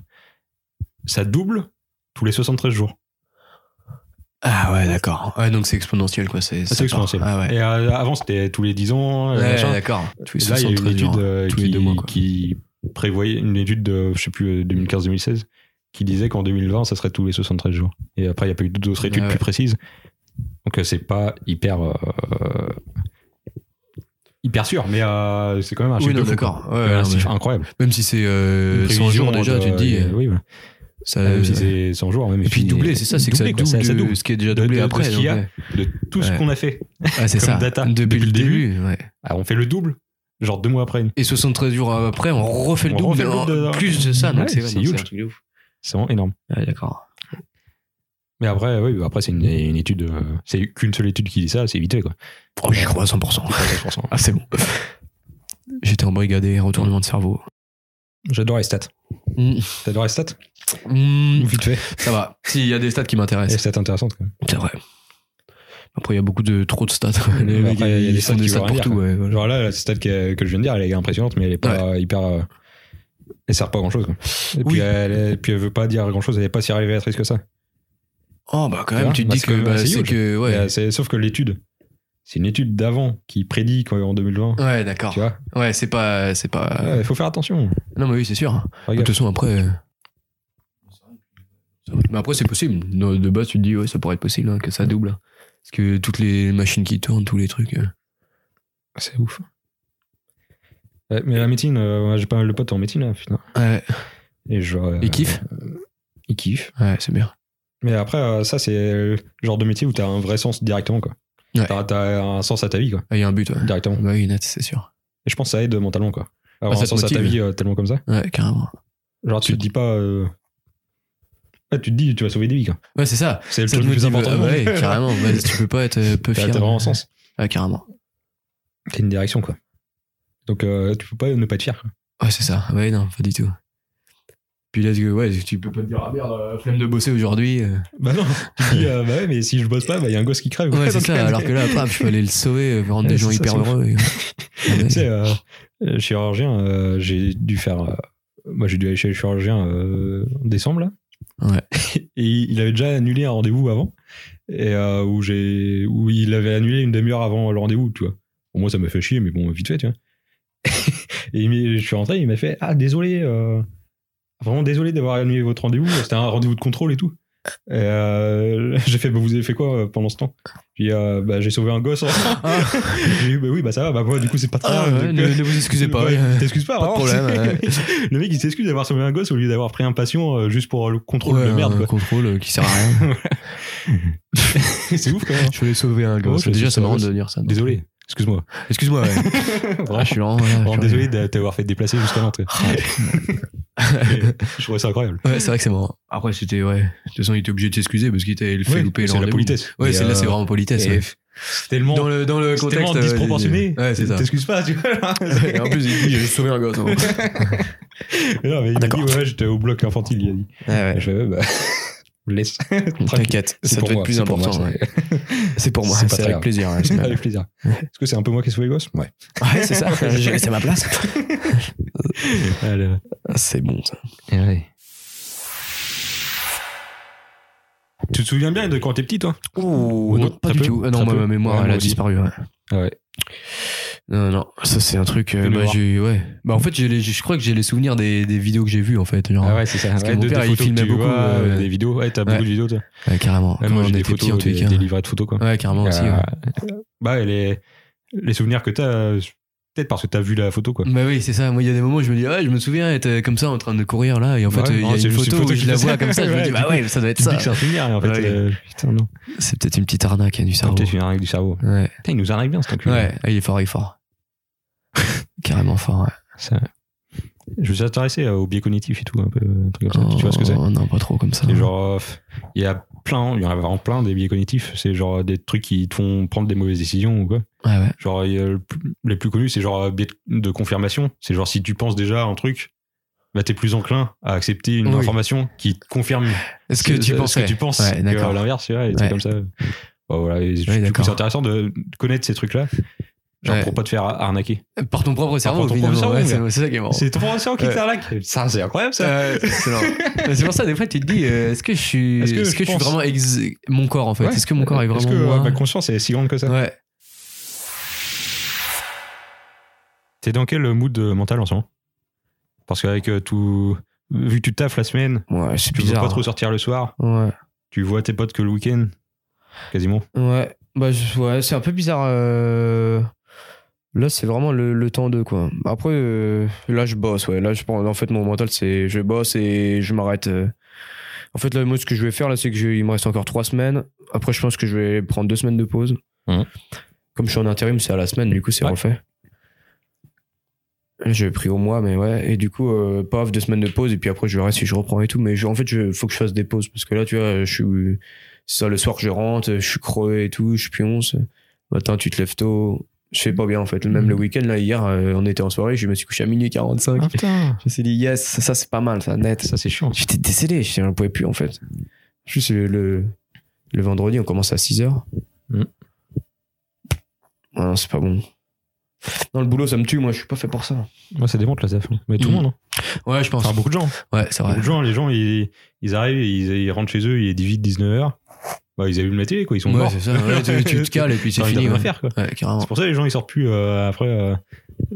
A: ça double tous les 73 jours.
B: Ah ouais, d'accord. Ouais, donc c'est exponentiel, quoi. C'est
A: Ah,
B: ça
A: C'est
B: part.
A: exponentiel.
B: Ah ouais.
A: Et euh, avant, c'était tous les 10 ans. euh,
B: Ouais,
A: machin.
B: d'accord. Tous les
A: Et là, il y a eu une
B: 73 jours,
A: étude
B: hein.
A: euh,
B: tous les
A: qui,
B: deux mois, quoi.
A: qui prévoyait, une étude de, je sais plus, euh, 2015-2016, qui disait qu'en 2020, ça serait tous les 73 jours. Et après, il n'y a pas eu d'autres études
B: Ah ouais.
A: plus précises. Donc, euh, c'est pas hyper. euh, hyper sûr, mais euh, c'est quand même un
B: Oui,
A: chiffre
B: non,
A: de fou.
B: d'accord. Ouais,
A: Euh, un
B: non, mais-
A: chiffre incroyable.
B: Même si c'est
A: Une
B: euh, 100
A: prévision
B: jours déjà,
A: de-
B: tu te dis.
A: euh, oui, voilà.
B: Ça, euh,
A: Même si c'est 100 jours. Même
B: Et puis doublé, c'est ça, c'est que ça
A: doublé,
B: double,
A: quoi, ça- ça double.
B: ce qui est déjà
A: De-
B: doublé
A: de- de
B: après.
A: ce qu'il
B: donc,
A: y a.
B: ouais.
A: de tout ce
B: Ouais.
A: qu'on a fait.
B: Ah, c'est
A: comme
B: ça.
A: data
B: depuis, le début. ouais.
A: Alors, on fait le double, genre deux mois après.
B: Et 73 jours après, on refait le
A: On
B: double.
A: refait le
B: en
A: double de-
B: Plus de ça, donc
A: Ouais,
B: c'est ouais,
A: c'est
B: non, c'est
A: huge.
B: un truc de ouf.
A: C'est vraiment énorme.
B: Ouais, d'accord.
A: Mais après, oui, après c'est une, une étude. euh, c'est qu'une seule étude qui dit ça, c'est évité, quoi.
B: (laughs) Oh, j'y crois à 100%. Ah, c'est bon. (laughs) J'étais embrigadé, retournement de cerveau.
A: J'adore les stats. J'adore les stats
B: Mm,
A: Vite fait.
B: ça va. S'il y a des stats qui
A: Les
B: m'intéressent.
A: stats intéressantes,
B: (laughs)
A: quand même.
B: C'est vrai. Après, il y a beaucoup de trop de stats. Les mecs,
A: Après, il y a
B: ils
A: des
B: font
A: stats
B: des
A: qui
B: stats
A: veulent
B: pour
A: rien
B: tout.
A: dire,
B: ouais, voilà.
A: Genre là, la stat que, que je viens de dire, elle est impressionnante, mais elle est pas hyper. euh, elle sert pas à grand chose, quoi. Et puis,
B: Oui.
A: elle, elle- puis elle veut pas dire grand chose, elle est pas si révélatrice que ça.
B: Oh, bah quand
A: Tu
B: même,
A: vois,
B: tu te
A: bah,
B: dis
A: c'est
B: que
A: quand-
B: bah,
A: c'est
B: c'est
A: huge.
B: que.
A: Mais, euh,
B: Ouais,
A: c'est- sauf que l'étude, c'est une étude d'avant qui prédit qu'en 2020.
B: Ouais, d'accord.
A: Tu vois
B: Ouais, c'est pas. C'est pas.
A: Il faut faire attention.
B: Non, mais oui, c'est sûr. hein. De toute
A: Regarde.
B: façon, après. euh, Mais après, c'est possible. De de base, tu te dis, ouais, ça pourrait être possible hein, que ça double. hein. Parce que toutes les machines qui tournent, tous les trucs. euh,
A: C'est ouf. Ouais, mais la médecine, euh, ouais, j'ai pas mal de potes en médecine, là, putain.
B: Ouais,
A: Et genre, euh,
B: ils kiffent.
A: Ils kiffent.
B: Ouais, c'est bien.
A: Mais après, euh, ça, c'est le genre de métier où t'as un vrai sens directement, quoi.
B: Ouais.
A: T'as, t'as un sens à ta vie, quoi,
B: Ah, Il y a un but, ouais.
A: directement.
B: Bah oui, net, c'est sûr.
A: Et je pense que ça aide mentalement, quoi. Avoir
B: Ah, ça
A: un
B: te
A: sens à ta
B: motive.
A: vie euh, tellement comme ça.
B: Ouais, carrément.
A: Genre, tu te dis pas, euh, Ah, tu te dis, tu vas sauver des vies, quoi.
B: Ouais, c'est ça.
A: C'est le
B: Ça
A: truc
B: te
A: le plus
B: motive-
A: important. au
B: euh,
A: monde.
B: ouais, (laughs) carrément.
A: (laughs)
B: ouais, tu peux pas être euh, peu
A: T'as
B: fier.
A: t'as vraiment sens.
B: Ouais, carrément.
A: T'as une direction, quoi. Donc, euh, tu peux pas ne pas être fier. quoi.
B: Ouais, c'est ça. Ouais, non, pas du tout. Puis là, tu- ouais, tu peux pas te dire, ah merde, euh, flemme de bosser aujourd'hui. euh.
A: Bah non, tu
B: (laughs)
A: dis, euh, bah ouais, mais si je bosse pas, bah il y a un gosse qui crève.
B: Ouais,
A: (laughs)
B: c'est
A: Donc,
B: ça. Alors que là, paf, je peux aller le sauver, euh,
A: Ouais,
B: rendre des gens
A: c'est ça,
B: hyper
A: c'est ouf.
B: heureux. et- Ah,
A: (laughs) Tu sais,
B: ouais.
A: euh, euh, chirurgien, euh, j'ai dû faire. euh, moi, j'ai dû aller chez le chirurgien euh, en décembre, là.
B: Ouais.
A: (laughs) Et il avait déjà annulé un rendez-vous avant. Et euh, où, j'ai, où il avait annulé une demi-heure avant le rendez-vous, tu vois. Bon, moi, ça m'a fait chier, mais bon, vite fait, tu vois. (laughs) et il m'a- je suis rentré, il m'a fait Ah, désolé, euh, vraiment désolé d'avoir annulé votre rendez-vous. C'était un rendez-vous de contrôle et tout. Et, euh, (laughs) j'ai fait Bah, Vous avez fait quoi euh, pendant ce temps Puis, euh, bah, j'ai sauvé un gosse.
B: (laughs) Ah,
A: J'ai dit, bah oui, bah ça va, bah moi, du coup, c'est pas très
B: ah,
A: grave.
B: ouais,
A: Donc,
B: ne,
A: euh,
B: ne vous excusez
A: (laughs)
B: pas. Euh,
A: Ouais,
B: ouais.
A: T'excuses pas,
B: Pas de
A: vraiment,
B: problème,
A: c'est- (laughs) Le mec, il s'excuse d'avoir sauvé un gosse au lieu d'avoir pris un patient euh, juste pour le contrôle
B: Ouais,
A: de merde.
B: un
A: quoi.
B: contrôle euh, qui sert à rien.
A: c'est ouf quand même.
B: Je voulais sauver un
A: gosse.
B: déjà, c'est
A: Sauver un
B: marrant
A: gosse.
B: de dire ça.
A: Désolé, excuse-moi.
B: Excuse-moi,
A: (laughs)
B: ouais.
A: Vraiment,
B: Ah, je suis lent. ouais, je
A: vraiment
B: suis
A: Oh, désolé de t'avoir fait déplacer jusqu'à
B: (laughs)
A: Nantes. Et (laughs) Je trouvais ça incroyable.
B: Ouais, c'est vrai que c'est marrant. Après, c'était, ouais. De toute façon, il était obligé de s'excuser parce qu'il t'avait fait
A: Ouais,
B: louper le
A: c'est la
B: rendez-vous.
A: politesse.
B: Ouais,
A: Mais,
B: c'est, là, c'est
A: euh,
B: vraiment politesse.
A: et
B: ouais.
A: C'est tellement,
B: Dans le, dans le
A: c'est
B: contexte.
A: tellement
B: euh,
A: disproportionné.
B: Ouais, c'est ça.
A: T'excuses pas, tu vois.
B: (laughs)
A: (laughs)
B: Et en plus, il dit, j'ai sauvé un gosse. en gros. (laughs)
A: Mais non, mais il a dit,
B: D'accord.
A: ouais, j'étais au bloc infantile, il a dit. (laughs) Et je fais, ouais, bah,
B: (laughs)
A: laisse. Tranquille.
D: T'inquiète,
A: C'est
D: ça
A: pour
D: doit être
A: moi,
D: plus
A: c'est pour
D: important.
A: moi,
D: ouais. C'est pour moi,
A: C'est pas
D: c'est
A: très
D: avec
A: grave.
D: plaisir. hein,
A: (laughs)
D: c'est
A: Avec plaisir. Est-ce que c'est un peu moi qui ai sauvé le gosse Ouais.
D: ma- Ouais, c'est ça, j'ai laissé ma place.
A: Allez.
D: C'est bon ça.
B: Eh
A: Tu te souviens bien de quand t'es petit, toi
B: Ouh,
A: Ou
B: non,
A: d'autres,
B: pas
A: très
B: du
A: peu,
B: tout. Ah non,
A: très
B: ma,
A: peu.
B: ma mémoire,
A: Ouais,
B: elle
A: moi
B: a
A: aussi.
B: disparu. Ouais.
A: Ah ouais.
B: Non, non, ça, c'est un truc. euh,
A: De
B: bah,
A: mémoire.
B: j'ai, ouais. Bah, en fait, j'ai les- je crois que j'ai les souvenirs des, des vidéos que j'ai vues, en fait. Genre,
A: ouais, c'est ça.
B: Parce que mon
A: de
B: père,
A: tes
B: il
A: photos que
B: filmait
A: tu
B: beaucoup,
A: vois,
B: euh,
A: des vidéos. Ouais, t'as
B: ouais.
A: beaucoup de vidéos, toi.
B: ouais, carrément.
A: Ouais,
B: Quand
A: moi, j'ai des
B: j'étais petit, en
A: photos,
B: tout
A: des,
B: cas.
A: des livrets de photos, quoi.
B: Ouais, carrément aussi.
A: Euh,
B: ouais.
A: Bah, les, les souvenirs que t'as, euh, peut-être parce que t'as vu la photo, quoi.
B: Bah oui, c'est ça. Moi, il y a des moments où je me dis, ah, je me souviens être euh, comme ça en train de courir là. Et en fait,
A: Ouais,
B: euh, il
A: non,
B: y a
A: c'est
B: une
A: juste une
B: photo
A: photo
B: où
A: qui
B: je la
A: fait
B: vois
A: ça.
B: comme ça. Je me
A: Ouais,
B: dis, bah
A: du
B: ouais, ça doit être
A: Tu te dis
B: ça.
A: que c'est un souvenir, et en fait,
B: Ouais.
A: euh, putain, non.
B: C'est peut-être une petite arnaque hein, du
A: C'est
B: cerveau.
A: peut-être une règle du cerveau.
B: Ouais.
A: Putain, il nous arrive bien, ce truc
B: ouais, ah, il est fort, il
A: (laughs)
B: est fort. Carrément fort, ouais.
A: Je me suis intéressé euh, au biais cognitif et tout, un peu, euh, un truc comme ça. Tu vois ce que c'est
B: Oh, Non, pas trop comme ça.
A: C'est genre, euh, il y a plein, il y en a vraiment plein des biais cognitifs. C'est genre des trucs qui te font prendre des mauvaises décisions ou quoi.
B: Ouais, ouais.
A: Genre, il y a le plus- les plus connus, c'est genre euh, biais de- de confirmation. C'est genre, si tu penses déjà à un truc, bah, t'es plus enclin à accepter une
B: Oui.
A: information qui te confirme
B: Est-ce que euh, tu
A: ce
B: penses
A: que tu penses.
B: Ouais,
A: que à
B: d'accord.
A: l'inverse, c'est vrai, des trucs
B: Ouais.
A: comme ça. Bon, voilà, et du coup,
B: d'accord.
A: c'est intéressant de connaître ces trucs-là. Genre,
B: Ouais.
A: pour pas te faire arnaquer.
B: Par ton propre cerveau,
A: ton propre
B: finalement,
A: cerveau,
B: ouais,
A: gars.
B: c'est, c'est ça qui est marrant.
A: C'est ton conscient qui
B: Oh. Ouais.
A: t'arnaque. Ça, c'est incroyable, ça.
B: Ouais,
A: (laughs)
B: c'est marrant. Mais c'est pour ça, des fois, tu te dis, euh, est-ce que je suis,
A: Est-ce que je
B: je suis
A: pense-
B: vraiment ex- mon corps en fait
A: Ouais.
B: Est-ce que mon corps est vraiment
A: Est-ce que euh,
B: moi
A: ma conscience est si grande que ça
B: Ouais.
A: T'es dans quel mood euh, mental en ce moment Parce qu'avec euh, tout. Vu que tu taffes la semaine,
B: Ouais, c'est
A: tu peux pas
B: bizarre. hein.
A: trop sortir le soir,
B: Ouais.
A: tu vois tes potes que le week-end, quasiment.
D: Ouais, bah je- ouais, c'est un peu bizarre. euh, Là, c'est vraiment le, le temps de quoi. Après, euh, là, je bosse. Ouais, là, je prends. En fait, mon mental, c'est je bosse et je m'arrête. euh. En fait, là, moi, ce que je vais faire, là, c'est que je- il me reste encore trois semaines. Après, je pense que je vais prendre deux semaines de pause.
A: Mhm.
D: Comme je suis en intérim, c'est à la semaine. Du coup, c'est
A: Ouais.
D: refait. J'ai pris au mois, mais ouais. Et du coup, euh, paf, deux semaines de pause. Et puis après, je verrai si je reprends et tout. Mais je- en fait, il faut que je fasse des pauses. Parce que là, tu vois, je suis. C'est ça, le soir je rentre, je suis crevé et tout, je suis pionce. Le Matin, tu te lèves tôt. Je fais pas bien en fait.
A: Mhm.
D: Même le week-end, là, hier, euh, on était en soirée, je me suis couché à minuit 45.
B: Ah,
A: putain
D: Je me suis dit, yes, ça, ça, c'est pas mal, ça, net.
A: Ça, c'est chiant.
D: J'étais décédé, je ne pouvais plus en fait. Juste le, le, le vendredi, on commence à 6 h
A: Mm.
D: Non, Ah, c'est pas bon. Non, le boulot, ça me tue, moi, je suis pas fait pour ça.
A: Moi, ça démonte la taf. hein. Mais tout le
B: Mhm.
A: monde, hein.
B: Ouais, je pense.
A: Enfin, beaucoup de gens.
B: Ouais, c'est vrai.
A: Beaucoup de gens, les gens, ils, ils arrivent, ils, ils rentrent chez eux, il est 18, 19h. Bah, ils allument la télé, quoi. Ils sont
B: ouais,
A: morts.
B: c'est ça. Ouais, tu,
A: (laughs)
B: tu te cales et puis c'est
A: Enfin, ils
B: fini.
A: doivent rien
B: ouais.
A: faire, quoi.
B: Ouais, carrément.
A: C'est pour ça que les gens, ils sortent plus euh, après. euh,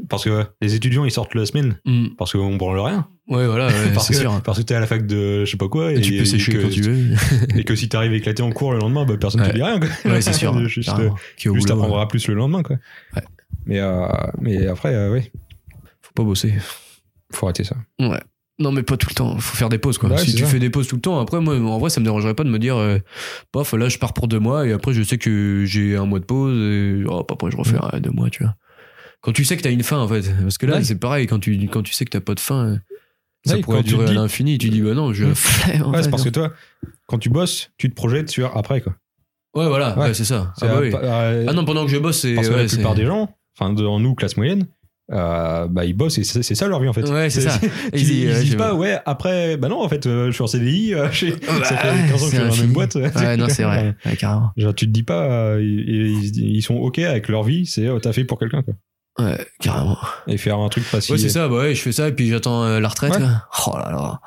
A: parce que les étudiants, ils sortent la semaine
B: Mm.
A: parce qu'on branle rien.
B: Ouais, voilà, ouais,
A: (laughs) parce,
B: c'est
A: que,
B: sûr. hein.
A: parce que t'es à la fac de je sais pas quoi.
B: tu peux sécher
A: que-
B: quand tu veux.
A: Et que si t'arrives éclaté en cours le lendemain, bah, personne te
B: Ouais.
A: dit rien. Quoi.
B: Ouais, c'est sûr.
A: (laughs) Juste, euh,
B: carrément. Qui est au
A: juste
B: boulot,
A: t'apprendras plus le lendemain. Quoi.
B: Ouais.
A: Mais, euh, mais après, euh, oui,
B: Faut pas bosser.
A: faut arrêter ça.
B: Ouais. Non, mais pas tout le temps. Faut faire des pauses, quoi.
A: Ouais,
B: si
A: c'est
B: tu
A: ça.
B: fais des pauses tout le temps, après, moi, en vrai, ça me dérangerait pas de me dire, euh, paf, là, je pars pour deux mois et après, je sais que j'ai un mois de pause et oh, après, je refais euh, deux mois, tu vois. Quand tu sais que t'as une fin, en fait. Parce que là,
A: Ouais.
B: c'est pareil, quand tu, quand tu sais que t'as pas de fin, euh, Ça
A: Ouais,
B: pourrait
A: quand tu
B: durer
A: te
B: à
A: dis-
B: l'infini. Tu dis, bah non, je
D: Ouais,
B: flemme. en
A: Ouais, c'est
B: fait,
A: parce que
B: non.
A: toi, quand tu bosses, tu te projettes sur après, quoi.
B: Ouais, voilà,
A: Ouais.
B: ouais, c'est ça.
A: C'est
B: Ah, bah
A: à-
B: oui.
A: à-
B: Ah non, pendant que je bosse, c'est.
A: parce que
B: ouais,
A: la
B: c'est-
A: plupart des gens, enfin, de- en nous, classe moyenne, euh, bah, ils bossent et c'est c'est ça leur vie, en fait.
B: Ouais, c'est ça.
A: (laughs) Ils,
B: Et
A: ils
B: ouais,
A: disent
B: je-
A: pas, ouais, après, bah non, en fait, euh, je suis en CDI, euh, (laughs) je-
B: Bah,
A: ça fait 15 ans que je
B: c'est
A: suis dans la même
B: infini.
A: boîte.
B: (laughs) Ouais, non, c'est vrai. Ouais, carrément.
A: (laughs) Genre, tu te dis pas, euh, ils, ils- ils sont OK avec leur vie, c'est euh, t'as fait pour quelqu'un, quoi.
B: Ouais, carrément.
A: Et faire un truc facile.
B: Ouais, c'est ça, bah ouais, je fais ça et puis j'attends euh, la retraite.
A: Ouais.
B: quoi. Oh là là.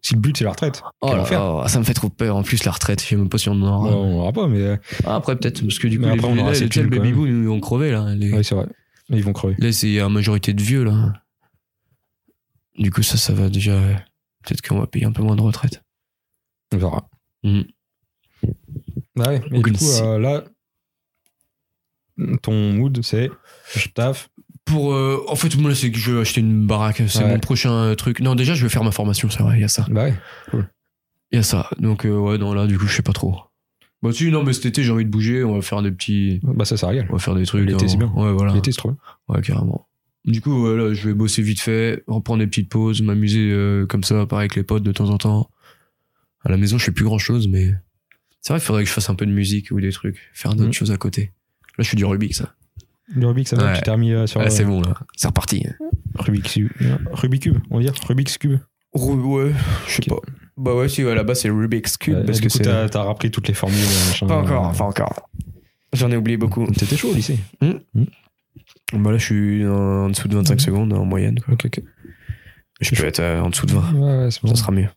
A: Si le but, c'est la retraite.
B: Oh
A: Quel
B: là
A: enfer.
B: là, ça me fait trop peur. En plus, la retraite, je sais même pas si on en aura.
A: Bon, on l'aura pas, mais euh,
B: Ah, après, peut-être, parce que du coup,
A: Mais
B: les,
A: après, on
B: les,
A: aura
B: les,
A: ces
B: les,
A: thunes, quand
B: baby
A: même.
B: boom, ils ont crevé, là. Les-
A: ouais, c'est vrai. Ils vont crever.
B: Là, c'est la majorité de vieux, là. Du coup, ça, ça va déjà. euh, Peut-être qu'on va payer un peu moins de retraite.
A: On verra.
B: Mhm.
A: Ah ouais, mais
B: Aucune
A: du coup,
B: idée.
A: euh, là, ton mood, c'est je taffe.
B: Pour. euh, en fait, moi, c'est que je vais acheter une baraque. C'est
A: Ouais.
B: mon prochain euh, truc. Non, déjà, je vais faire ma formation, c'est vrai, il y a ça.
A: Bah ouais.
B: Il y a ça. Donc, euh, ouais, non, là, du coup, je sais pas trop. Bah, si, non, mais cet été, j'ai envie de bouger. On va faire des petits.
A: Bah ça, ça régale.
B: On va faire des trucs.
A: L'été,
B: hein.
A: c'est bien.
B: Ouais, voilà.
A: L'été, c'est trop bien.
B: Ouais, carrément. Du coup, ouais, là, je vais bosser vite fait, reprendre des petites pauses, m'amuser euh, comme ça, pareil avec les potes de temps en temps. À la maison, je fais plus grand chose, mais c'est vrai, il faudrait que je fasse un peu de musique ou des trucs, faire d'autres
D: Mm.
A: Mhm.
B: choses à côté. Là, je suis du Rubik, ça.
A: Le Rubik, ça va,
B: Ouais.
A: tu t'es remis euh, sur
B: Ouais, c'est
A: euh,
B: bon, là. C'est reparti. hein.
A: Rubik's Cube. Rubik's Cube, on va dire. Rubik's Cube.
D: ouais, je sais
A: Ok.
D: pas. Bah ouais, si, à la base, c'est Rubik's Cube.
A: Ouais,
D: parce
A: du
D: que
A: coup,
D: c'est.
A: t'as t'as repris toutes les formules. euh, machin.
D: Pas encore, enfin encore. J'en ai oublié beaucoup.
B: Mm.
A: T'étais chaud au lycée.
D: Bah là, je suis en, en dessous de 25
B: Mm.
D: secondes en moyenne. Quoi. Je peux être euh, en dessous de 20.
A: Ouais, ouais, c'est bon.
D: Ça sera mieux.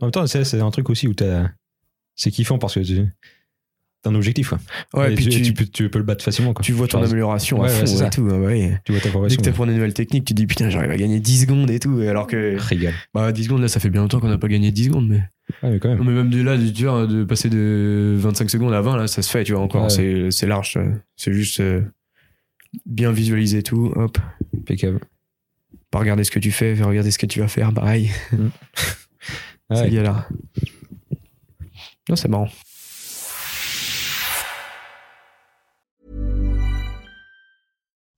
A: En même temps, c'est c'est un truc aussi où t'as. C'est kiffant parce que tu- t'as un objectif, quoi.
D: Ouais,
A: Et
D: puis tu,
A: tu, peux, tu peux le battre facilement, quoi.
D: tu vois ton
A: Genre,
D: amélioration
A: Ouais,
D: à
A: ouais,
D: fond
A: c'est ça.
D: et tout. hein, bah oui.
A: Tu vois ta
D: Dès
A: progression.
D: que t'apprends une nouvelle technique, tu te dis putain, j'arrive à gagner 10 secondes et tout. Alors que.
A: Régale.
B: (laughs) Bah, 10 secondes, là, ça fait bien longtemps qu'on n'a pas gagné 10 secondes, mais.
A: Ouais, Ah, mais quand même.
B: Non, mais même de là, tu vois, de passer de 25 secondes à 20, là, ça se fait, tu vois, encore.
A: Ouais.
D: C'est- C'est large. ça. C'est juste euh, bien visualiser tout. Hop.
A: Impeccable.
D: Pas regarder ce que tu fais, mais regarder ce que tu vas faire. Pareil.
A: Ah, Ouais.
D: C'est galère. Non, c'est marrant.